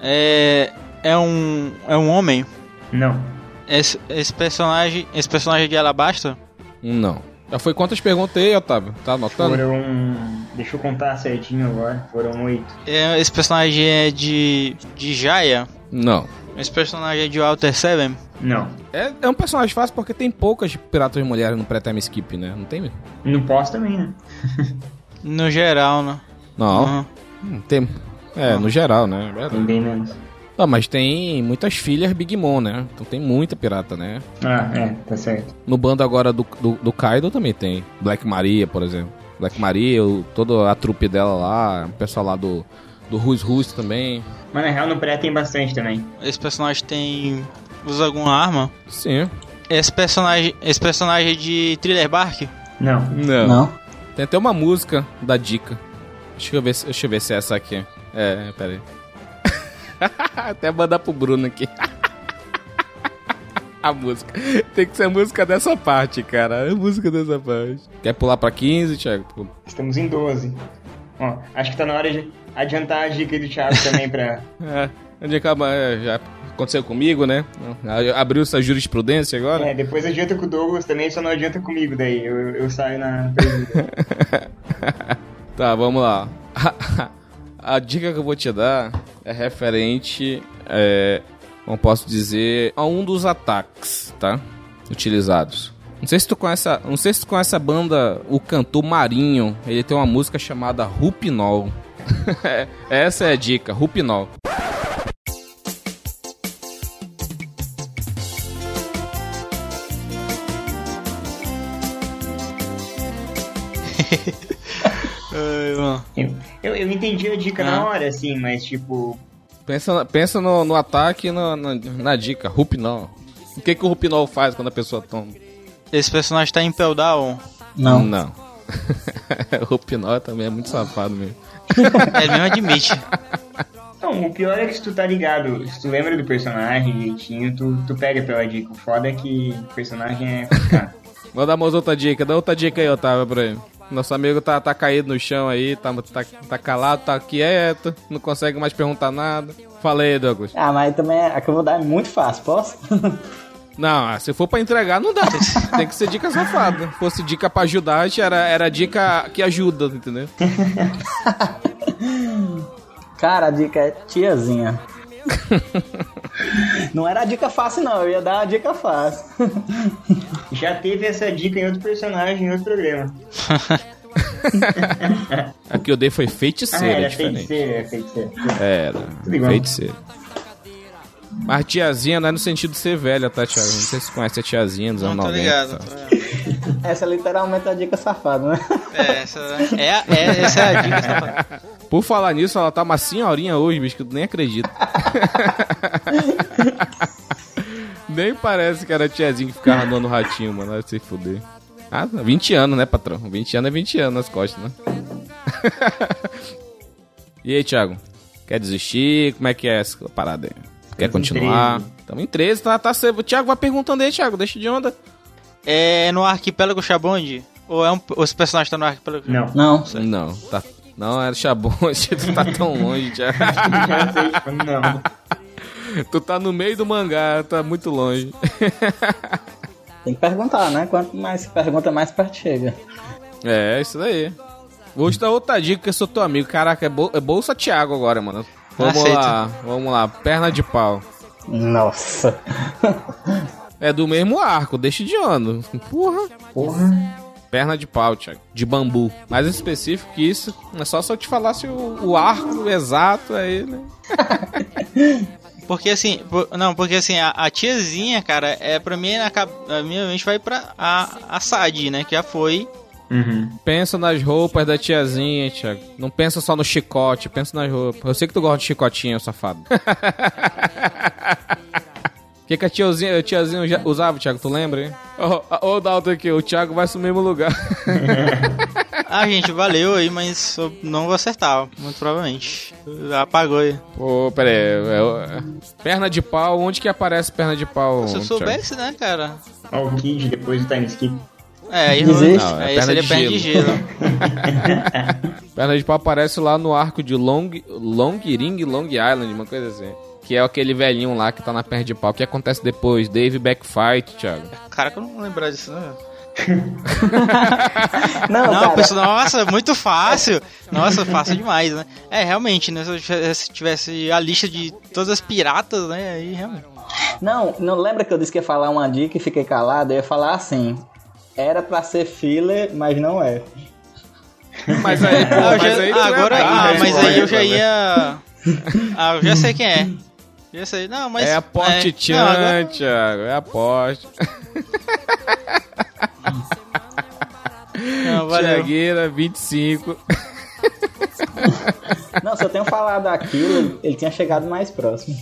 D: É. É um. É um homem.
B: Não.
D: Esse, esse personagem. Esse personagem é de Alabasta?
A: Não. Já foi quantas perguntas aí, Otávio? Tá anotando?
B: Foram. Deixa eu contar certinho agora. Foram oito.
D: É, esse personagem é de. de Jaya.
A: Não.
D: Esse personagem é de Walter Seven.
B: Não.
A: É, é um personagem fácil porque tem poucas piratas mulheres no pré-time skip, né? Não tem?
B: Não posso também, né?
D: No geral, né?
A: Não.
D: Uhum.
A: Não tem. É, no geral, né?
B: Tem bem menos.
A: Ah, mas tem muitas filhas Big Mom, né? Então tem muita pirata, né?
B: Ah, é, tá certo.
A: No bando agora do, do, do Kaido também tem. Black Maria, por exemplo. Black Maria, o- toda a trupe dela lá, o pessoal lá do. Do Rus Rus também.
B: Mas na real no pré tem bastante também.
D: Esse personagem tem. usa alguma arma.
A: Sim.
D: Esse personagem. Esse personagem é de Thriller Bark.
B: Não.
A: É.
C: Não.
A: Tem até uma música da dica. Deixa eu ver, se- deixa eu ver se é essa aqui. É, pera aí. até mandar pro Bruno aqui. a música. Tem que ser a música dessa parte, cara. A música dessa parte. Quer pular pra 15, Thiago?
B: Estamos em 12. Ó, acho que tá na hora de adiantar a dica do Thiago também pra.
A: É, onde acaba, é, já aconteceu comigo, né? A- Abriu essa jurisprudência agora?
B: É, depois adianta com o Douglas também, só não adianta comigo daí. Eu, eu- eu saio na perdida.
A: Tá, vamos lá. A dica que eu vou te dar é referente, é, como posso dizer, a um dos ataques, tá? Utilizados. Não sei se tu conhece, a, não sei se tu conhece a banda, o cantor Marinho. Ele tem uma música chamada Rupinol. Essa é a dica, Rupinol.
D: Ai, mano.
B: Eu, eu, eu entendi a dica
D: Ah. É,
B: Ah. na hora, assim, mas tipo,
A: Pensa, pensa no, no ataque e na, na, na dica. Rupinol. O que, que o Rupinol faz quando a pessoa toma?
D: Esse personagem tá em Pel Down.
C: Não.
A: Não. Rupinol também é muito safado mesmo.
D: É, Ele mesmo admite.
B: Não, o pior é que se tu tá ligado, se tu lembra do personagem direitinho, tu, tu pega pela dica. O foda é que o personagem é complicado.
A: Manda mais outra dica. Dá outra dica aí, Otávio, pra ele. Nosso amigo tá, tá caído no chão aí, tá, tá, tá calado, tá quieto, não consegue mais perguntar nada. Fala aí, Douglas.
C: Ah, mas também a que eu vou dar é muito fácil, posso?
A: Não, se for pra entregar, não dá. Tem que ser dica safada. Se fosse dica pra ajudar, era, era dica que ajuda, entendeu?
C: Cara, a dica é tiazinha. não era a dica fácil, não. Eu ia dar a dica fácil.
B: Já teve essa dica em outro personagem, em outro programa.
A: A que eu dei foi
B: Ah,
A: feiticeira, é
B: era
A: diferente.
B: feiticeira, era feiticeira.
A: É, Era,
B: É, Tudo igual.
A: feiticeira. Mas tiazinha não é no sentido de ser velha, tá, Thiago? Não sei se você conhece a tiazinha dos
D: Não,
A: anos
D: tô
A: 90.
D: ligado.
A: tá?
C: Essa é literalmente a dica safada, né?
D: É, essa é, a- é- essa é a dica. safada.
A: Por falar nisso, ela tá uma senhorinha hoje, bicho, que eu nem acredito. nem parece que era tiazinha que ficava andando ratinho, mano. Vai se fuder. Ah, 20 anos, né, patrão? 20 anos é 20 anos nas costas, né? e aí, Thiago? Quer desistir? Como é que é essa parada aí? Quer
B: Tamo em
A: continuar?
B: 13.
A: Tamo em 13, tá, tá cedo. Thiago, vai perguntando aí, Thiago. Deixa de onda.
D: É no Arquipélago Xabonde? Ou, é um, ou esse personagem tá no Arquipélago
B: Não,
C: Não.
A: Não, tá... Não, era Xabonde. tu tá tão longe, Thiago.
B: já sei, tipo, não.
A: tu tá no meio do mangá, tá muito longe.
C: Tem que perguntar, né? Quanto mais se pergunta, mais perto chega.
A: É, isso daí. Vou te dar outra dica que eu sou teu amigo. Caraca, é, bol- é Bolsa Thiago agora, mano. Vamos
D: Aceito.
A: lá, vamos lá. Perna de pau.
C: Nossa.
A: É do mesmo arco, deixa de ano. Porra.
B: Porra.
A: Perna de pau, Thiago. De bambu. Mais específico que isso. É só se eu te falasse o, o arco exato aí, né?
D: Porque assim, por- não, porque assim, a, a tiazinha, cara, é pra mim, na, cap- na minha mente vai pra a, a Sadi, né? Que já foi.
B: Uhum.
A: Pensa nas roupas da tiazinha, Thiago. Não pensa só no chicote, pensa nas roupas. Eu sei que tu gosta de chicotinho, safado. O que, que a tiazinha, a tiazinha já usava, Thiago? Tu lembra, hein? Ô, oh, Dalton aqui, o Thiago vai pro mesmo lugar.
D: Ah, gente, valeu aí, mas eu não vou acertar, muito provavelmente. Apagou aí.
A: Pô, pera aí. é- é- Perna de pau, onde que aparece perna de pau?
D: Se eu
A: Thiago?
D: soubesse, né, cara?
B: Ó, o Kid depois do time skip.
D: É, aí
C: Existe.
D: não,
A: Não, é
D: aí
A: perna
D: seria
A: de
D: perna de gelo.
A: Perna de pau aparece lá no arco de Long, Long Ring, Long Island, uma coisa assim. Que é aquele velhinho lá que tá na perna de pau. O que acontece depois? Dave Backfight, Thiago.
D: Caraca, eu não vou lembrar disso,
A: né?
D: não.
C: Não,
D: Não,
C: cara.
D: pessoal, nossa, muito fácil. Nossa, fácil demais, né? É, realmente, né? Se eu tivesse- tivesse a lista de todas as piratas, né? Aí realmente.
C: Não, não lembra que eu disse que ia falar uma dica e fiquei calado? Eu ia falar assim. Era pra ser filler, mas não é.
A: Mas aí, pô,
D: Ah, eu
A: mas
D: já-
A: aí tu
D: ah, agora,
A: lembra,
D: ah,
A: né?
D: mas aí eu já
A: Lembra, né?
D: ia. Ah, eu já sei quem é. Já sei. Não, mas.
A: é a Porte Chan,
D: não, agora-
A: Thiago. É a Porte.
D: não, valeu.
A: Thiagueira, 25.
C: Não, se eu tenho falado aquilo, ele tinha chegado mais próximo.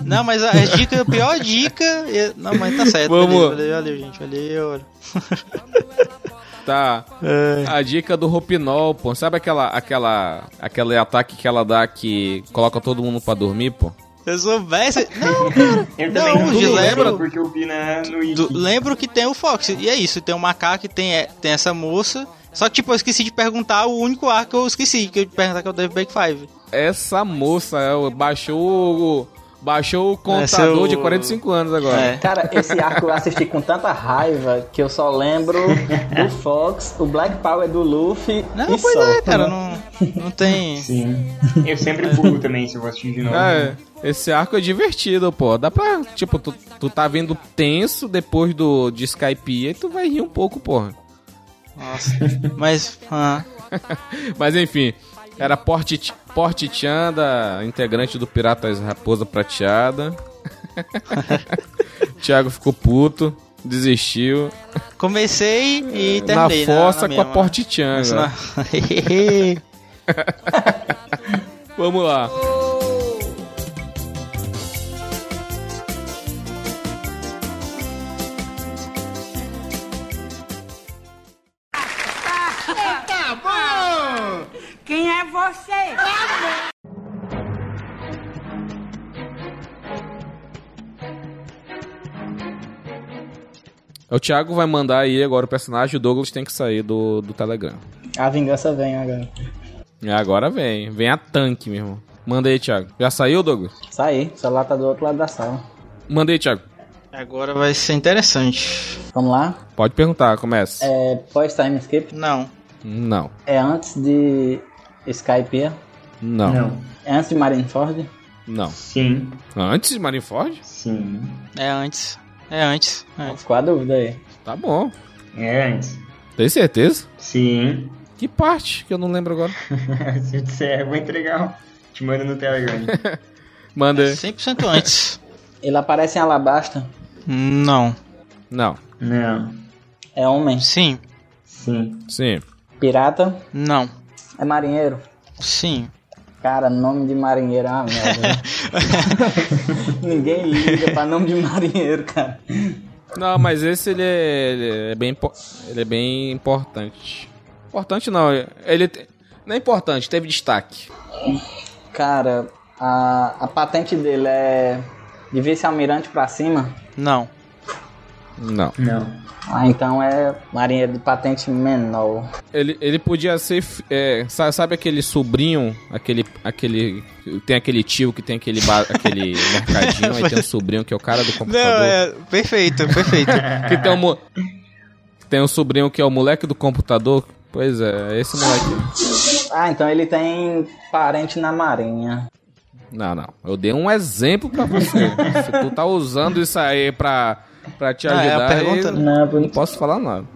D: Não, mas a, a dica, a pior dica. é- Não, mas tá certo.
A: Vamos.
D: Valeu, valeu, valeu, gente. Valeu.
A: Tá. A dica do Ropinol, pô. Sabe aquela, aquela, aquele ataque que ela dá que coloca todo mundo pra dormir, pô?
D: Se eu soubesse. Não, cara.
B: Eu
D: Não,
B: também não,
D: Gil, lembra?
B: porque eu vi na, no Wiki.
D: Do- lembro que tem o Fox. E é isso, tem o macaco e tem, é, tem essa moça. Só que, tipo, eu esqueci de perguntar o único ar que eu esqueci, que eu ia perguntar que é o Dave Back 5.
A: Essa moça é, baixou o. Baixou o contador
D: Essa é o-
A: de 45 anos agora.
D: É.
C: Cara, esse arco eu assisti com tanta raiva que eu só lembro do Fox, o Black Power do Luffy.
D: Não,
C: e né?
D: pois
C: só.
D: é, cara, não,
A: né?
D: não tem.
B: Sim. Eu sempre pulo também se eu vou assistir de novo.
A: Ah, é. Esse arco é divertido, pô. Dá pra. Tipo, tu, tu tá vendo tenso depois do de Skype e tu vai rir um pouco, porra.
D: Nossa. Mas. ah,
A: Mas enfim, era Porte, Porte Chan, da integrante do Piratas Raposa Prateada. Thiago ficou puto, desistiu.
D: comecei e
A: na
D: terminei.
A: fossa com a
D: mesma.
A: Porte Chan.
D: Mas
A: né?
D: na-
A: Vamos lá.
F: Ô, Tá bom! Quem é você?
A: É O Thiago vai mandar aí agora o personagem, o Douglas tem que sair do, do Telegram.
C: A vingança vem agora.
A: E É, agora vem, vem a tanque, meu irmão. Manda aí, Thiago. Já saiu, Douglas?
C: Saí, o celular tá do outro lado da sala.
A: Manda aí, Thiago.
D: Agora vai ser interessante.
C: Vamos lá?
A: Pode perguntar, começa.
C: É pós-time skip?
D: Não.
A: Não,
C: É antes de Skype?
A: não, não,
B: Não.
C: É antes de Marineford?
B: Sim.
A: Antes de Marineford?
B: Sim.
D: É antes. É antes. É antes.
C: Ficou a dúvida aí.
A: Tá bom.
B: É antes.
A: Tem certeza?
B: Sim.
A: Que parte que eu não lembro agora?
B: Se eu disser, eu vou entregar. ó. Te mando no Telegram.
A: Manda
D: né?
A: aí.
D: 100% antes.
C: Ele aparece em Alabasta.
D: Não.
A: Não,
B: Não.
C: É homem.
D: Sim.
B: Sim.
A: sim.
C: Pirata.
D: Não.
C: É marinheiro.
D: Sim.
C: Cara, nome de marinheiro é uma merda. né? Ninguém liga pra nome de marinheiro, cara.
A: Não, mas esse ele é, ele é bem impo- ele é bem importante. Importante não, ele te- não é importante, teve destaque.
C: Cara, a, a patente dele é de vice-almirante pra cima.
D: Não.
A: Não.
B: Não.
C: Ah, então é marinheiro de patente menor.
A: Ele, ele podia ser. fi- é, sa- sabe aquele sobrinho? Aquele. aquele Tem aquele tio que tem aquele, ba- aquele mercadinho, aí tem um sobrinho que é o cara do
D: Não,
A: computador.
D: é. Perfeito, perfeito.
A: Que tem um, mo- tem um sobrinho que é o moleque do computador. Pois é, é esse moleque.
C: Ah, então ele tem parente na marinha.
A: Não, não. Eu dei um exemplo pra você. Se tu tá usando isso aí pra, pra te
D: Ah, é a
A: ajudar,
D: pergunta,
A: eu
D: né?
C: Não,
A: não posso falar nada.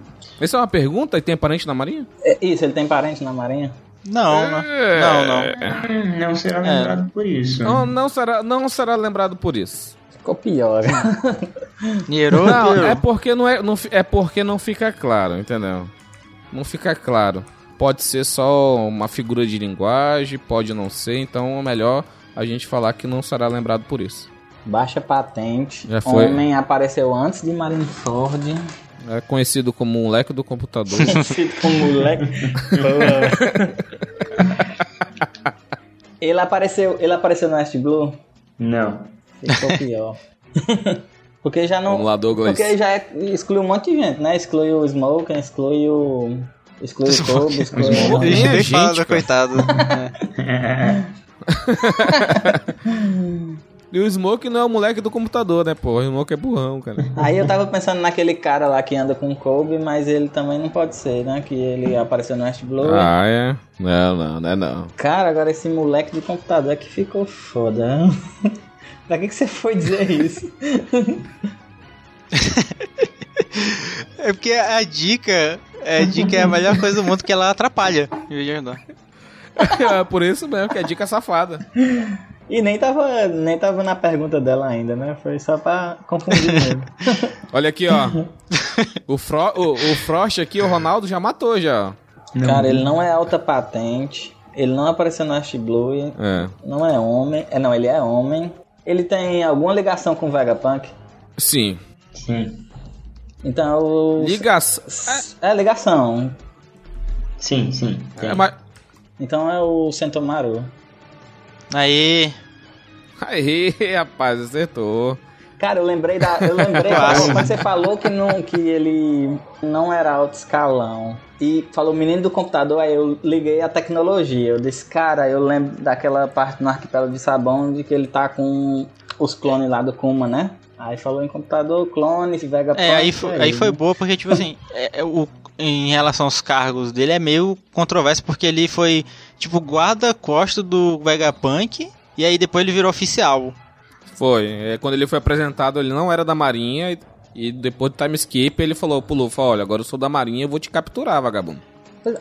A: Isso é uma pergunta? E tem parente na Marinha?
C: É, Isso, ele tem parente na marinha?
D: Não, não. Não,
B: Hum,
D: não.
B: Não será lembrado por isso.
A: É. Não, não, será, não será lembrado por isso.
C: Ficou pior.
D: Nierô,
A: Não,
D: Nierô.
A: é porque não, é, não, fi- é porque não fica claro, entendeu? Não fica claro. Pode ser só uma figura de linguagem, pode não ser, então é melhor a gente falar que não será lembrado por isso.
C: Baixa patente.
A: Já foi.
C: Homem apareceu antes de Marineford.
A: É conhecido como um leque do computador.
C: Conhecido como moleque. ele apareceu, ele apareceu no West Blue.
B: Não.
C: Ficou pior. Porque já não.
A: Vamos lá, Douglas.
C: Porque já é- exclui um monte de gente, né? Exclui o Smoken, exclui o. Exclui o
D: Smoken.
C: Tobo, exclui
A: O Smoken.
C: o.
A: Nem
D: Ixi,
A: a
D: nem
A: gente,
D: fala,
A: cara.
D: coitado. É.
A: E o Smoke não é o moleque do computador, né, pô? O Smoke é burrão, cara.
C: Aí eu tava pensando naquele cara lá que anda com o Kobe, mas ele também não pode ser, né? Que ele apareceu no West Blue.
A: Ah, é? Não, não, não é não.
C: Cara, agora esse moleque de computador é que ficou foda. pra que, que você foi dizer isso?
D: É É porque a dica. A dica é a melhor coisa do mundo que ela atrapalha. em vez de ajudar.
A: É por isso mesmo que é dica safada.
C: E nem tava, nem tava na pergunta dela ainda, né? Foi só pra confundir mesmo.
A: Olha aqui, ó. O, Fro o, o Frost aqui, o Ronaldo já matou já.
B: Não.
C: Cara, ele não é alta patente. Ele não apareceu na Ash Blue.
A: É.
C: Não é homem. É, não, ele é homem. Ele tem alguma ligação com o Vegapunk.
A: Sim.
B: Sim.
C: Então. o-
A: Ligação.
C: É, ligação.
B: Sim, sim.
A: É, é, mas...
C: Então é o Sentomaru.
D: Aí.
A: Aí, rapaz, acertou.
C: Cara, eu lembrei da. Eu lembrei da-
D: Clássico.
C: quando você falou que, não, que ele não era alto escalão. E falou menino do computador, aí eu liguei a tecnologia. Eu disse, cara, eu lembro daquela parte no arquipélago de sabão de que ele tá com os clones lá do Kuma, né? Aí falou em computador, clone, Vega
D: É, aí foi, aí foi boa, porque, tipo assim, é- é o, em relação aos cargos dele, é meio controverso, porque ele foi, tipo, guarda-costa do Vegapunk, e aí depois ele virou oficial.
A: Foi. É, quando ele foi apresentado, ele não era da Marinha. E, e depois do time skip, ele falou pro Luffy, olha, agora eu sou da Marinha, eu vou te capturar, vagabundo.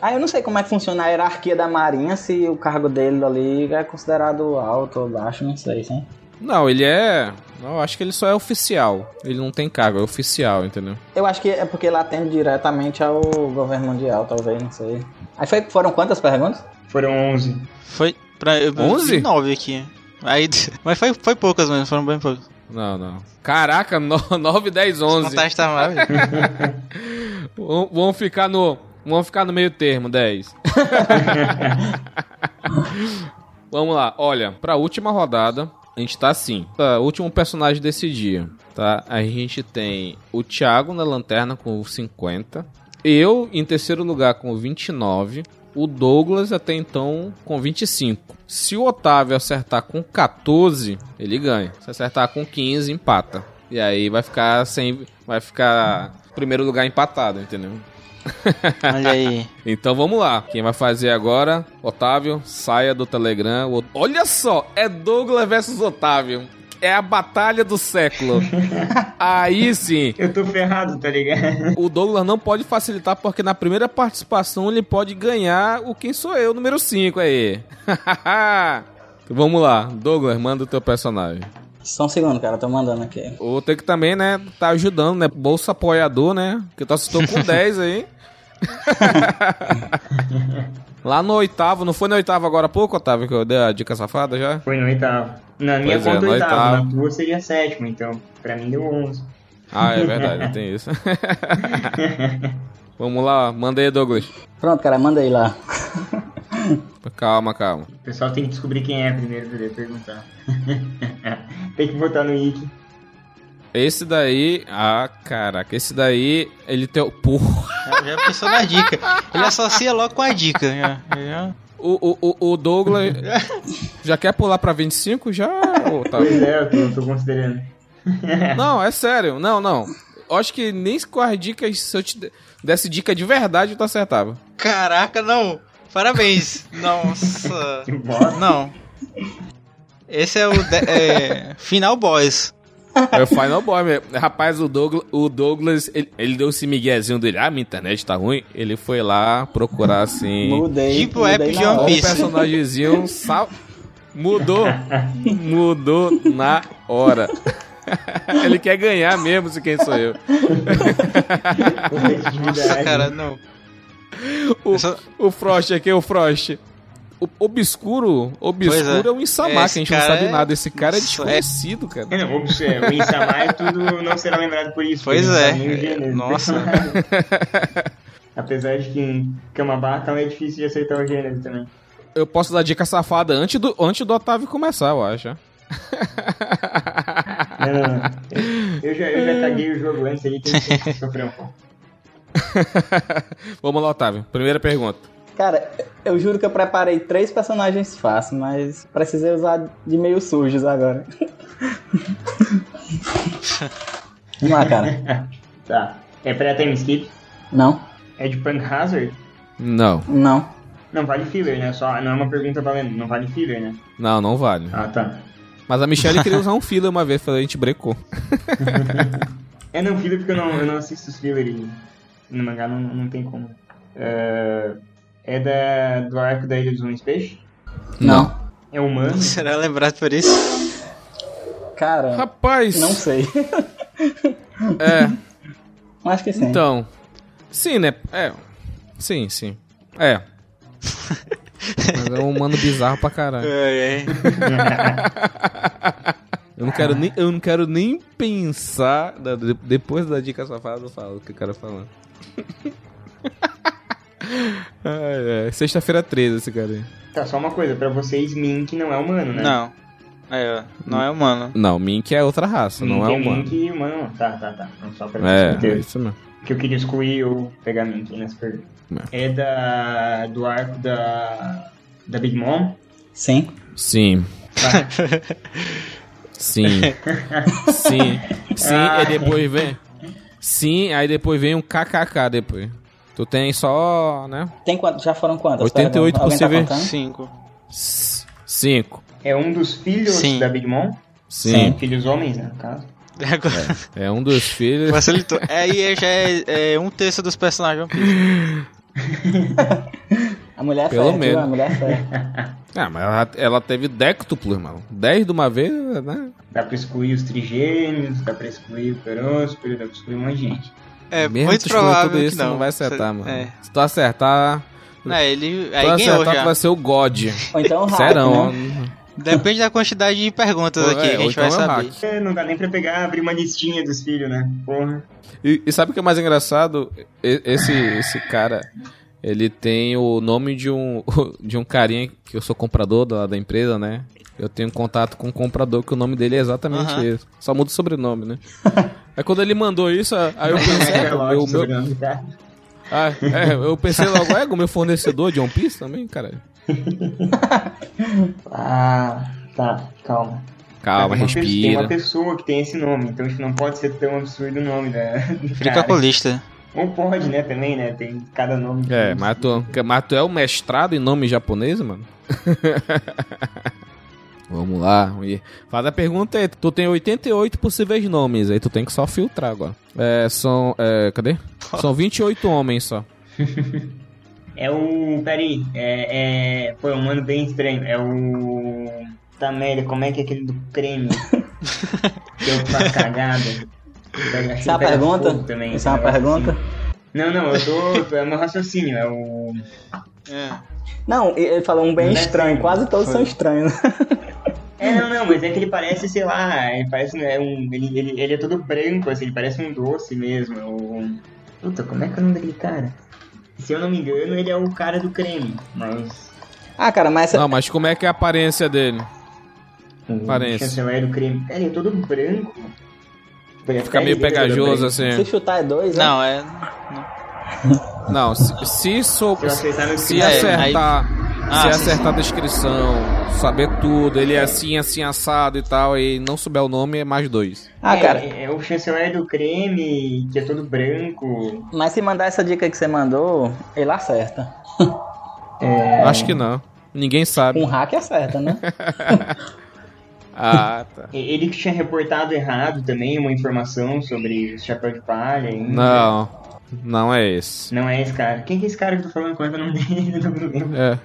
C: Aí eu não sei como é que funciona a hierarquia da Marinha, se o cargo dele ali é considerado alto ou baixo, não sei, sim.
A: Não, ele é... Eu acho que ele só é oficial. Ele não tem cargo, é oficial, entendeu?
C: Eu acho que é porque ele atende diretamente ao governo mundial, talvez, não sei. Aí foi- foram quantas perguntas?
B: Foram 11.
D: Foi pra... eu-
A: 11?
D: 9 aqui. Aí, mas foi, foi poucas mesmo, foram bem poucas.
A: Não, não. Caraca, no- 9, 10,
D: A
A: 11.
D: Contagem tá maravilhosa.
A: Vão vão ficar no Vamos ficar no meio termo, 10. Vamos lá, olha, pra última rodada, a gente tá assim. Tá, último personagem desse dia, tá? A gente tem o Thiago na lanterna com 50. Eu em terceiro lugar com 29. O Douglas até então com 25. Se o Otávio acertar com 14, ele ganha. Se acertar com 15, empata. E aí vai ficar sem. Vai ficar primeiro lugar empatado, entendeu?
D: Olha aí.
A: Então vamos lá. Quem vai fazer agora? Otávio, saia do Telegram. O- Olha só, é Douglas versus Otávio. É a batalha do século. Aí sim,
B: Eu tô ferrado, tá ligado?
A: o Douglas não pode facilitar porque na primeira participação ele pode ganhar o Quem Sou Eu, número 5 aí. Então vamos lá, Douglas, manda o teu personagem.
C: Só um segundo, cara, tô mandando aqui.
A: Ou tem que também, né, tá ajudando, né? Bolsa apoiador, né? Que tu acertou com 10 aí. Lá no oitavo, não foi no oitavo agora há pouco, Otávio, que eu dei a dica safada já?
B: Foi no oitavo. Na minha
A: Pois é,
B: conta,
A: no
B: oitavo.
A: oitavo.
B: Na tua seria sétimo, então. Pra mim deu onze.
A: Ah, é verdade, tem isso. Vamos lá, manda aí, Douglas.
C: Pronto, cara, manda aí lá.
A: Calma, calma.
B: O pessoal tem que descobrir quem é primeiro pra poder perguntar. tem que botar no wiki.
A: Esse daí. Ah, caraca, esse daí. Ele tem. o- Porra!
D: Já pensou na dica. Ele associa logo com a dica. já- já.
A: O, o, o, o Douglas. já quer pular pra 25 já, Otávio?
B: Pois é, eu tô, tô considerando.
A: Não, é sério. Não, não. Eu acho que nem com as dicas, se eu te de- desse dica de verdade, tu acertava.
D: Caraca, não. Parabéns. Nossa.
B: Que bosta.
D: Não. Esse é o de- é, final boss.
A: É o Final Boy mesmo. Rapaz, o Douglas, o Douglas ele, ele deu esse miguezinho dele. Ah, minha internet tá ruim. Ele foi lá procurar, assim,
C: Mudei.
D: Tipo
C: mudei
D: app
C: na
D: de
C: hora.
A: um
D: One Piece.
A: personagemzinho sal... Mudou. Mudou na hora. ele quer ganhar mesmo, se quem sou eu.
D: Nossa,
B: Competitividade.
D: cara, não.
A: O,
D: Eu só-
A: o Frost aqui, o Frost. O obscuro, obscuro
D: Pois
A: é.
D: é.
A: um Insamar,
D: Esse
A: que a gente não
D: cara
A: sabe
D: é-
A: nada. Esse cara é
D: Nossa, é-
A: desconhecido, cara.
B: É, não, obs- é, o Insamar é tudo não será lembrado por isso.
D: Pois
B: porque não
D: é.
B: sabe nem o gênero do
D: Nossa.
B: personagem. Apesar de que em Camabarca é difícil de aceitar o gênero também.
A: Eu posso dar dica safada antes do, antes do Otávio começar, eu acho. né?
B: Não, não, não. Eu já, eu já caguei o jogo antes, ele tem que sofrer um pouco.
A: Vamos lá, Otávio. Primeira pergunta.
C: Cara, eu juro que eu preparei três personagens fáceis, mas precisei usar de meio sujos agora. Vamos lá, cara.
B: Tá. É pra time skip?
C: Não,
B: É de Punk Hazard?
A: Não.
C: não.
B: Não vale filler, né? Só, não é uma pergunta valendo, não vale filler, né?
A: Não, não vale.
B: Ah, tá.
A: Mas a Michelle queria usar um filler uma vez, falei, a gente brecou.
B: É, não, filler porque eu não, eu não assisto os filler e no mangá não, não tem como. Eh, é da, do arco da Ilha dos Homens Peixe?
C: Não.
B: É humano?
D: Será lembrado por isso?
C: Cara,
A: Rapaz,
C: não sei.
A: é,
C: Acho que sim.
A: então. Sim, né? É. Sim, sim. É. Mas é um humano bizarro pra caralho.
D: É, é.
A: Eu não quero nem, eu não quero nem pensar. da- de- depois da dica safada, eu falo o que eu quero falar. Ai, ai. Sexta-feira 13, esse cara aí.
B: Tá, só uma coisa, pra vocês, Mink não é humano, né?
D: Não. Aí, ó. Não é humano.
A: Não, Mink é outra raça, não é
B: Mink
A: humano.
B: Mink e humano. Tá, tá, tá. Não só pra vocês
A: É, é
B: entenderem.
A: isso mesmo.
B: Que eu queria excluir eu pegar Mink nessa pergunta. É da, do arco da, da Big Mom?
C: Sim.
A: Sim. Sim. Sim. Sim, e depois vem. Sim, aí depois vem um kkk depois. Tu tem só, né?
C: Tem quanto? Já foram quantas?
A: 88
C: Alguém tá
A: possíveis.
C: contando?
D: Cinco.
A: c- Cinco.
B: É um dos filhos
D: Sim.
B: da Big Mom?
A: Sim.
B: Filhos homens, né, no caso.
D: Agora,
A: É um dos filhos.
D: facilitou. Aí é, já é, é um terço dos personagens. One Piece.
C: A mulher é
A: Pelo
C: fértil,
A: menos.
C: a mulher é fértil.
A: Ah, mas ela, ela teve déctuplo, irmão. Dez de uma vez, né?
B: Dá pra excluir os trigêmeos, dá pra excluir o peróspero, dá pra excluir um monte de gente.
D: É
A: Mesmo
D: muito
A: tu escolher
D: provável
A: tudo isso,
D: que
A: tu
D: não.
A: não vai acertar, mano.
D: É.
A: Se tu acertar,
D: Não, ele.
A: se tu
D: Aí ganhou
A: acertar,
D: já.
A: tu vai ser o God.
C: Ou então o Raik,
A: Serão, ó.
C: né?
D: Depende da quantidade de perguntas
A: Ou-
D: aqui que
A: é,
D: a
A: ou
D: gente
A: então
D: vai
A: é um
D: saber.
A: hack.
B: É, não dá nem pra pegar, abrir uma listinha dos filhos, né? Porra.
A: E, e sabe o que é mais engraçado? E- Esse, esse cara, ele tem o nome de um, de um carinha que eu sou comprador da, da empresa, né? Eu tenho contato com um comprador que o nome dele é exatamente
D: Aham.
A: esse. Só muda o sobrenome, né? Aí quando ele mandou isso, aí eu pensei,
B: É,
A: é,
B: lógico,
A: o meu,
B: sobrenome, tá?
A: ah, é, eu pensei logo, é, o meu fornecedor de One Piece também, cara.
B: Ah, tá, calma.
A: Calma,
B: Tem uma pe- Tem uma
A: respira.
B: pessoa que tem esse nome, então isso não pode ser tão absurdo o nome da. do
A: tá
B: cara.
D: Fricacolista.
B: Ou pode, né, também, né? Tem cada nome. que-
A: É, mas tu, mas tu é o mestrado em nome japonês, mano? Vamos lá. e Faz a pergunta aí. Tu tem 88 possíveis nomes, aí tu tem que só filtrar agora. É, são. É, cadê? São 28 homens só.
B: É o. Peraí, é, é. Pô, é um ano bem estranho. É o. Tá merda, como é que é aquele do creme? Deu pra cagada. Pega-
C: Isso é uma
B: pega
C: pergunta?
B: fogo também,
C: Isso é uma
B: esse negócio
C: pergunta?
B: assim. Não, não, eu tô. É meu raciocínio, é o.
D: É.
C: Não, e- ele falou um bem
B: Não é
C: estranho,
B: assim,
C: quase todos são estranhos.
B: É, não, não, mas é que ele parece, sei lá, ele parece né, um. Ele, ele, ele é todo branco, assim, ele parece um doce mesmo. É o. Puta, como é que é o nome daquele cara? Se eu não me engano, ele é o cara do creme, mas.
C: Ah, cara, mas essa-
A: Não, mas como é que é a aparência dele?
B: O
A: Parece.
B: chanceler do creme. Cara, ele é todo branco.
A: Fica
B: É,
A: meio pegajoso assim.
C: se chutar é dois, né?
D: Não, é.
A: Não, se, se, so-
B: Se eu acertar tá no
A: se
B: creme,
D: é,
A: acertar.
D: Ah,
A: se
D: sim,
A: acertar a descrição, saber tudo, ele é assim, assim, assado e tal, e não souber o nome, é mais dois.
C: Ah,
B: é,
C: cara,
B: É, o chanceler do creme, que é todo branco.
C: mas se mandar essa dica que você mandou, ele acerta.
A: Acho que não. Ninguém sabe.
C: Um hack acerta, né?
A: Ah, tá.
B: E- Ele que tinha reportado errado também uma informação sobre o chapéu de palha. hein?
A: Não. Não é esse.
B: Não é esse cara. Quem que é esse cara que eu tô falando? Qual é o nome dele? Eu não lembro.
A: É.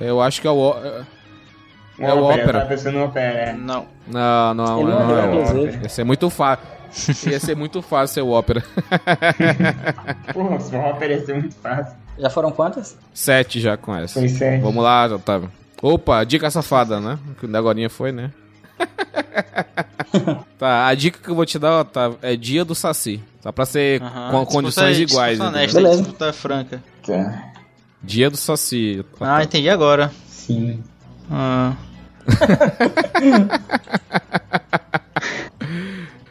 A: Eu acho que é o. Ó- é- É o
B: Ópera,
A: Ópera.
B: Eu tava pensando no ópera. é.
D: Não.
A: Não, não,
C: Ele
A: não,
C: não
A: é
C: é,
A: o ópera.
C: inclusive.
A: Ia ser muito fácil. Ia ser muito fácil ser o ópera.
B: Porra, se o ópera ia ser muito fácil.
C: Já foram quantas?
A: Sete já com essa.
B: Foi sério.
A: Vamos lá, Otávio. Opa, dica safada, né? Que da agorinha foi, né? tá, a dica que eu vou te dar, Otávio, é dia do Saci. Só pra ser
D: Aham.
A: com
D: Discussão-
A: condições
D: discussão
A: iguais.
D: honesta,
C: Beleza.
D: disputa franca.
B: Tá.
A: entendeu? Dia do Saci.
D: Ah, entendi agora.
B: Sim.
D: Ah,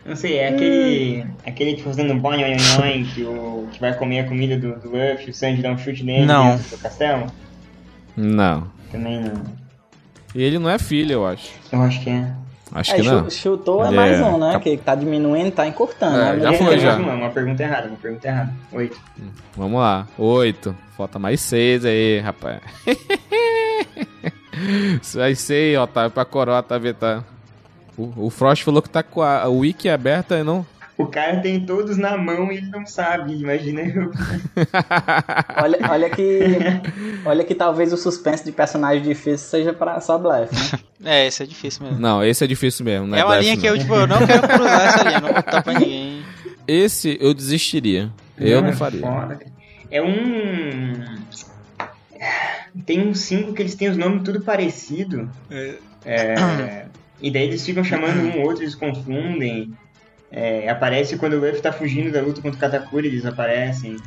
B: Não sei, é aquele. aquele que fazendo boing boing boing que, o, que vai comer a comida do, do Luffy, o Sanji dá um chute nele
D: Não.
B: dentro do castelo.
A: Não.
B: Também não.
A: E ele não é filho, eu acho.
B: Eu acho que é.
A: Acho
C: É,
A: que
C: chu-
A: não.
C: chutou é
A: Ele
C: mais
A: é-
C: um, né?
A: tá-
C: Que tá diminuindo, tá encurtando.
A: É,
C: né?
A: já
B: É,
A: foi,
B: é,
A: já.
B: mais Uma, uma pergunta errada, uma pergunta errada. Oito.
A: Vamos lá. Oito. Falta mais seis aí, rapaz. Isso aí, sei, Otávio, pra coroa, tá vendo? Tá. O, o Frost falou que tá com a, a wiki aberta e não.
B: O cara tem todos na mão e ele não sabe, imagina eu.
C: Olha, olha que. Olha que talvez o suspense de personagem difícil seja pra só blefe. né?
D: é, isso é difícil mesmo.
A: Não, esse é difícil mesmo, né?
D: é uma linha que eu, tipo, eu não quero cruzar essa linha, não vou contar pra ninguém.
A: Esse eu desistiria.
C: É.
A: Eu não faria.
B: foda, cara. É um. Tem uns cinco que eles têm os nomes tudo parecido. É, E daí eles ficam chamando um outro, eles confundem. É, aparece quando o Luffy tá fugindo da luta contra o Katakuri, eles aparecem.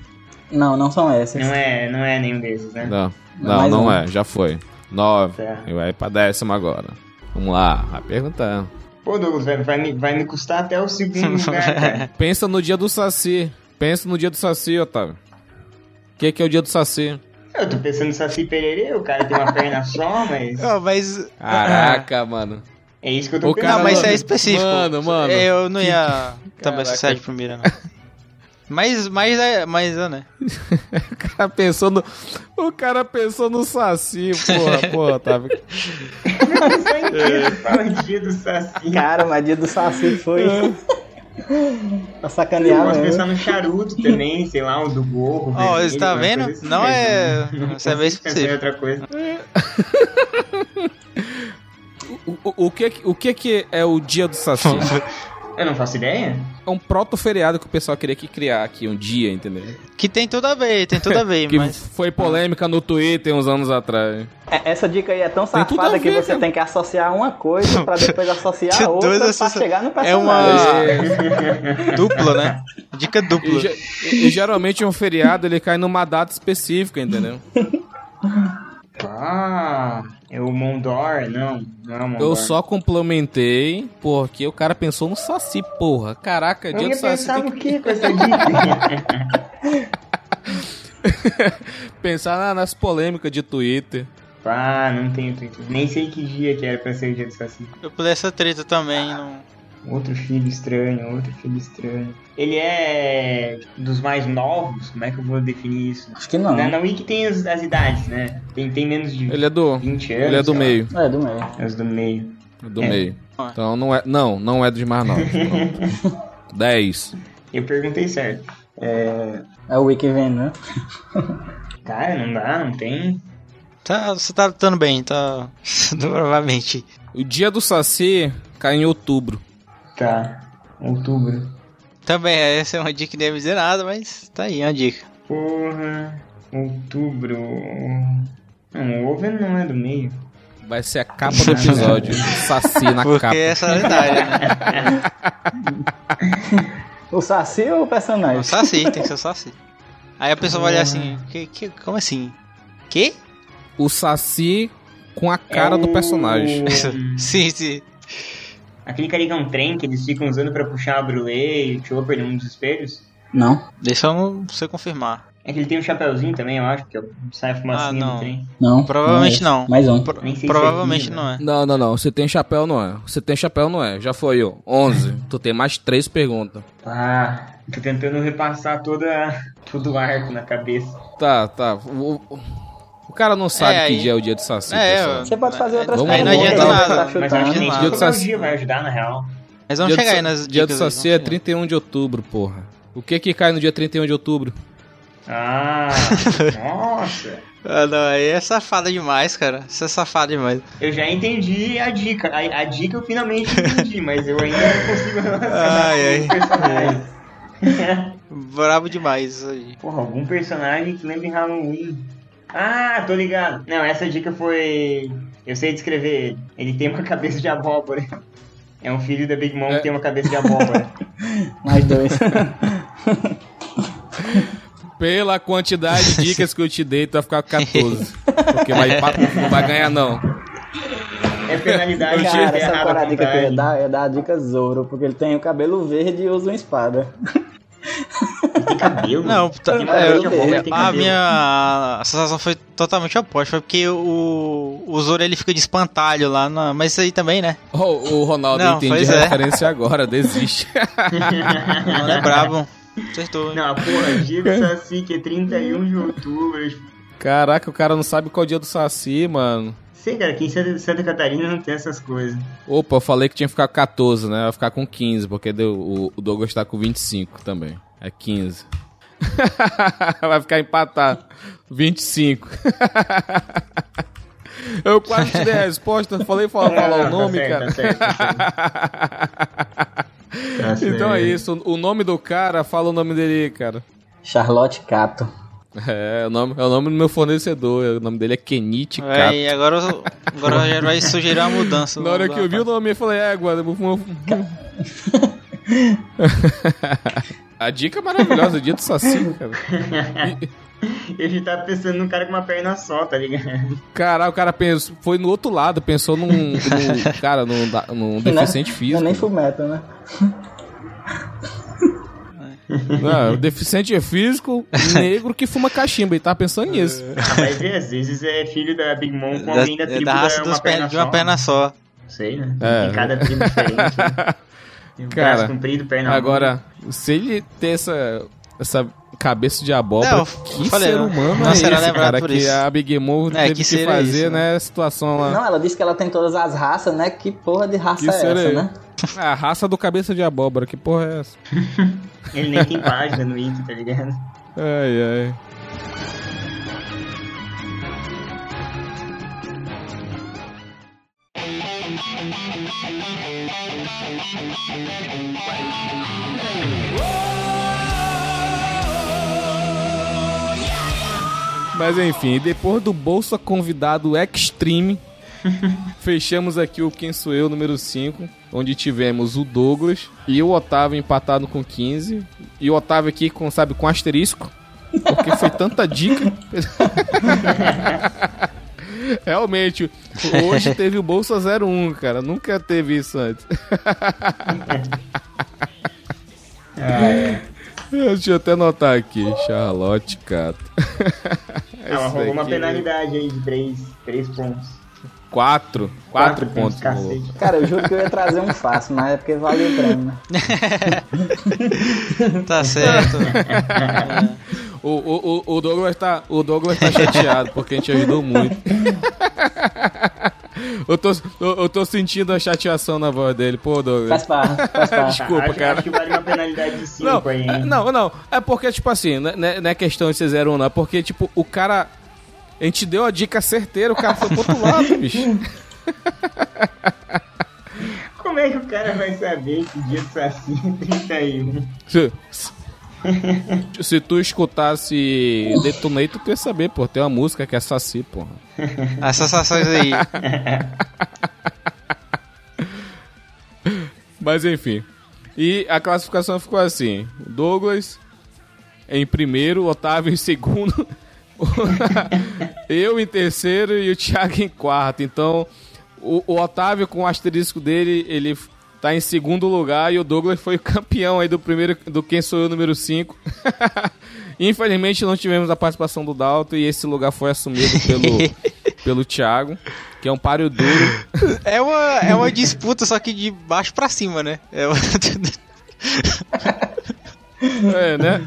C: Não, não são esses.
B: Não é, não é nenhum desses, né?
A: Não, não,
C: Mais
A: não
C: um.
A: é. Já foi. Nove.
B: Tá.
A: E vai pra décima agora. Vamos lá, vai perguntando.
B: Pô, Douglas, vai, vai me, vai me custar até o segundo lugar, cara.
A: Pensa no dia do Saci. Pensa no dia do Saci, Otávio. O que, que é o dia do Saci?
B: Eu tô pensando em Saci Pererê, o cara tem uma perna só, mas.
D: Não, mas.
A: Caraca, mano.
B: É isso que eu tô
A: O
B: pensando.
A: cara
D: não, mas
A: mano,
D: isso é específico.
A: mano, mano.
D: Eu não ia também
A: Caraca.
D: associar de primeira, não. Mas, mas, é- mas, é, né?
A: O cara pensou no. O cara pensou no Saci, porra, porra, Otávio.
B: Fala dia do Saci.
C: Cara, mas dia do Saci foi. Tá né? pra
B: Eu
C: sacanear
B: gosto de
C: mesmo.
B: pensar no charuto também, sei lá, o do gorro.
D: Ó,
B: vermelho,
D: você tá
B: uma
D: vendo?
B: coisa assim,
D: Não
B: mas
D: é-
B: não
D: você é bem
B: consigo pensar em
D: específico.
B: outra coisa.
A: O, o, o que, o que que é o dia do Saci?
B: Eu não faço ideia.
A: É um proto-feriado que o pessoal queria que criar aqui um dia, entendeu?
D: Que tem tudo a ver, tem tudo a ver,
A: Que
D: mas.
A: foi polêmica no Twitter uns anos atrás.
C: É, Essa dica aí é tão
A: Tem tudo
C: safada
A: a
C: que
A: ver,
C: você
A: cara.
C: tem que associar uma coisa pra depois associar a outra
D: Dois
C: pra
D: associa-
C: chegar no
D: É
A: Ah,
C: personagem.
D: uma dupla, né? Dica
A: E,
D: dupla.
A: ge- e- e geralmente um feriado ele cai numa data específica, entendeu?
B: Ah, é o Mondor, não. Não é o Mondor.
A: Eu só complementei porque o cara pensou no Saci, porra. Caraca,
B: Eu
A: dia do
B: ia
A: Saci
B: pensar
A: tem
B: o quê com essa dica?
A: que pensar na- nas polêmicas de Twitter.
B: ah, não tenho Twitter. Nem sei que dia que era pra ser o dia do Saci.
D: Eu pulei essa treta também. Não...
B: Outro filho estranho, outro filho estranho. Ele é dos mais novos? Como é que eu vou definir isso?
C: Acho que não. né?
B: Na, na Wiki tem as, as idades, né? Tem, tem menos de
A: Ele é do,
B: 20 anos.
A: ele é do
B: sei lá.
A: meio,
C: É, do meio.
B: É os do meio.
A: do
B: É.
A: meio.
D: Ah.
A: Então não é, não, não é dos mais novos. 10.
B: Eu perguntei certo. É,
C: É o Wiki vem, né?
B: Cara, não dá, não tem.
D: Tá, você tá lutando bem, tá. Provavelmente.
A: O dia do Saci cai em outubro.
B: Tá. Outubro.
D: Também, essa é uma dica que nem ia dizer nada, mas tá aí, é uma dica.
B: Porra. Outubro. Não, o Oven não é do meio.
A: Vai ser a capa do episódio. Saci na
D: Porque
A: capa.
D: é solidária, né?
C: O Saci ou o
D: É o
C: personagem?
D: Saci, tem que ser o Saci. Aí a pessoa vai olhar assim, que, que, como assim? Que?
A: O Saci com a cara
B: É
A: do
B: o-
A: personagem.
D: Sim, sim.
B: Aquele cara que é um trem que eles ficam usando pra puxar a Brulé e o Chopper num dos espelhos.
C: Não,
D: Deixa eu você confirmar.
B: É que ele tem um chapéuzinho também, eu acho, que sai a fumacinha
D: Ah, não.
B: do trem.
C: não.
D: Provavelmente
C: não. é
D: não.
C: esse. Mais um.
D: Pro-
B: Nem sei se é
D: provavelmente
B: vivo,
D: não é.
A: Não, não, não. Você tem chapéu, não é? Você tem chapéu, não é? Já foi, ó. 11. tu tem mais três perguntas.
B: Ah, tô tentando repassar toda, todo o arco na cabeça.
A: Tá, tá. O, o- o cara não sabe
D: É,
A: que
D: aí-
A: dia é o dia do Saci.
D: É,
A: pessoal.
C: Você pode fazer outras
A: Vamos-
D: aí não
C: perguntas
D: adianta
C: aí
D: nada,
A: Tá
C: pra chutar,
B: Mas acho que
C: né?
B: nem
A: Dia do
B: sei qual
A: Saci.
B: dia vai ajudar, na real.
D: Mas vamos
A: dia
D: chegar
A: do,
D: aí
A: Sa-
D: nas
A: dia do
D: dicas aí,
A: Saci é
D: vamos chegar.
A: 31 de outubro, porra. O que que cai no dia 31 de outubro?
B: Ah, nossa.
D: Ah, não, aí é safada demais, cara. Você é safada demais.
B: Eu já entendi a dica. A, a dica eu finalmente entendi, mas eu ainda não consigo relacionar
D: Ai,
B: com um personagens.
D: Brabo demais isso aí.
B: Porra, algum personagem que lembre Halloween. Ah, tô ligado. Não, essa dica foi... Eu sei descrever ele. Ele tem uma cabeça de abóbora. É um filho da Big Mom
A: É.
B: que tem uma cabeça de abóbora.
C: Mais dois.
A: Pela quantidade de dicas que eu te dei, tu vai ficar com 14. Porque vai, empatar, não vai ganhar, não.
B: É penalidade. se
C: Cara,
B: der
C: essa
B: errado a
C: parada que eu
B: contagem.
C: queria dar é dar a dica Zoro, porque ele tem o cabelo verde e usa uma espada.
B: Tem cabelo?
D: Não, tá,
B: Tem cabelo de
D: é,
B: abóbora,
D: é,
B: tem
D: a
B: cabelo.
D: minha sensação foi totalmente oposta. Foi porque o, o Zoro ele fica de espantalho lá, na- mas isso aí também, né?
A: Ô, o Ronaldo
D: Não,
A: entende
D: pois
A: a
D: é.
A: referência agora, desiste.
D: Não é brabo. Acertou. hein?
B: Não, porra, dia do Saci que é 31 de outubro.
A: Caraca, o cara não sabe qual é o dia do Saci, mano.
B: Sei, cara, aqui em Santa, Santa Catarina não tem essas coisas.
A: Opa, eu falei que tinha que ficar com 14, né? Vai ficar com 15, porque deu- o, o Douglas tá com 25 também. É 15. Vai ficar empatado. 25. Eu quase te dei a resposta, falei falar, falar o nome, cara. Então é isso, o nome do cara, fala o nome dele, cara.
C: Charlotte Cato.
A: É, é o nome, é o nome do meu fornecedor, o nome dele é Kenite
D: É,
A: Cato.
D: e agora, o- agora o Rogério vai sugerir uma mudança.
A: Na hora
D: do-
A: que eu vi o nome, eu falei, é, guarda, vou fumar. A dica é maravilhosa, dia do Saci, cara.
B: Eu já tava tá pensando num cara com uma perna só, tá ligado?
A: Caralho, o cara pensou, foi no outro lado, pensou num, num- cara, num, da- num deficiente
C: Não é
A: físico.
C: nem fumeta, né?
A: Não, o deficiente é físico, negro que fuma cachimba, e tá pensando nisso.
B: Mas é, às vezes é filho da Big Mom com
D: Da,
B: alguém da,
D: é
B: tribo
D: da raça dos
B: uma perna
D: pernas de uma
B: só.
D: perna só.
B: Sei, né?
A: É.
B: Tem cada tribo diferente. né? Tem um
A: Cara,
B: braço comprido,
D: É.
B: perna
A: Agora, se ele ter essa, essa cabeça de abóbora,
D: Não, eu
A: que
D: falei,
A: ser
D: não-
A: humano
D: não
A: é esse,
D: será lembrado
A: cara,
D: por
A: que
D: isso. É,
A: a Big Mom teve
D: que
A: que,
D: seria
A: fazer,
D: isso, né?
A: né, a situação lá.
C: Não, ela disse que ela tem todas as raças, né? Que porra de raça
A: Que
C: é essa,
A: sereia.
C: né?
A: A raça do cabeça de abóbora, que porra é essa?
B: longa. Ele nem tem página no Wiki, tá ligado?
A: Ai, ai. Mas enfim, depois do Bolsa Convidado Extreme, fechamos aqui o Quem Sou Eu número 5, onde tivemos o Douglas e o Otávio empatado com 15. E o Otávio aqui com, sabe, com asterisco, porque foi tanta dica. Realmente, hoje teve o Bolsa 01, cara. Nunca teve isso antes. Deixa eu até anotar aqui. Charlotte Cato.
B: Ela
A: É Isso
B: roubou uma
A: aqui,
B: penalidade aí de 3 três pontos.
A: Quatro. Quatro, pontos.
B: cacete.
A: Lula.
C: Cara, eu juro que eu ia trazer um fácil, mas é porque valeu o prêmio, né?
D: Tá certo.
A: O, o, o, o Douglas tá, o Douglas tá chateado porque a gente ajudou muito. eu, tô, eu, eu tô sentindo a chateação na voz dele. Pô, Douglas.
C: Faz parte, faz parte.
A: Desculpa,
B: acho,
A: cara.
B: Acho que vale uma penalidade de 5
A: Não,
B: aí,
A: é-
B: hein?
A: não, não. É porque, tipo assim, não é, não é questão de ser 0 1, não. É porque, tipo, o cara. A gente deu a dica certeira, o cara foi pro outro lado, bicho.
B: Como é que o cara vai saber que dia do Saci é 31?
A: Se, se- se tu escutasse Detonator, tu ia saber, pô. Tem uma música que é Saci, porra.
D: As sensações aí.
A: Mas enfim. E a classificação ficou assim: Douglas em primeiro, Otávio em segundo, eu em terceiro e o Thiago em quarto. Então, o, o Otávio com o asterisco dele, ele f- tá em segundo lugar e o Douglas foi o campeão aí do primeiro do quem sou eu número 5. Infelizmente não tivemos a participação do Dalton e esse lugar foi assumido pelo pelo Thiago, que é um páreo duro.
D: É uma, é uma disputa, só que de baixo pra cima, né? É uma-
A: É, né?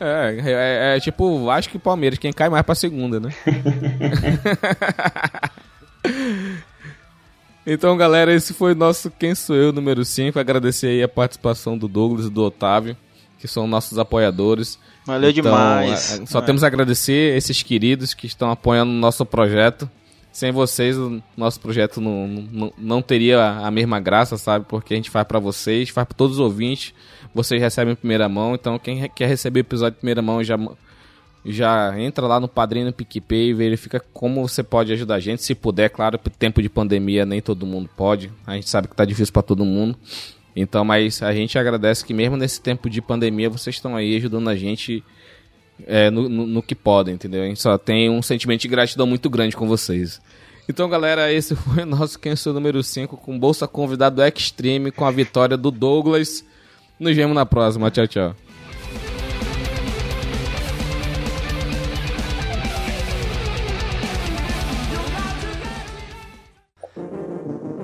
A: É, é, é tipo Vasco e Palmeiras, quem cai mais pra segunda, né? então, galera, esse foi o nosso Quem Sou Eu número 5. Agradecer aí a participação do Douglas e do Otávio, que são nossos apoiadores.
D: Valeu
A: Então,
D: demais.
A: a- a- Só temos a agradecer esses queridos que estão apoiando o nosso projeto. Sem vocês, o nosso projeto não, não, não teria a- a mesma graça, sabe? Porque a gente faz pra vocês, faz pra todos os ouvintes. Vocês recebem em primeira mão. Então, quem re- quer receber o episódio em primeira mão já, já entra lá no Padrinho, no PicPay e verifica como você pode ajudar a gente. Se puder, claro, por tempo de pandemia nem todo mundo pode. A gente sabe que tá difícil pra todo mundo. Então, mas a gente agradece que mesmo nesse tempo de pandemia, vocês estão aí ajudando a gente é, no, no- no que podem, entendeu? A gente só tem um sentimento de gratidão muito grande com vocês. Então, galera, esse foi o nosso Quem Sou número 5 com Bolsa Convidado Extreme, com a vitória do Douglas. Nos vemos na próxima. Tchau, tchau.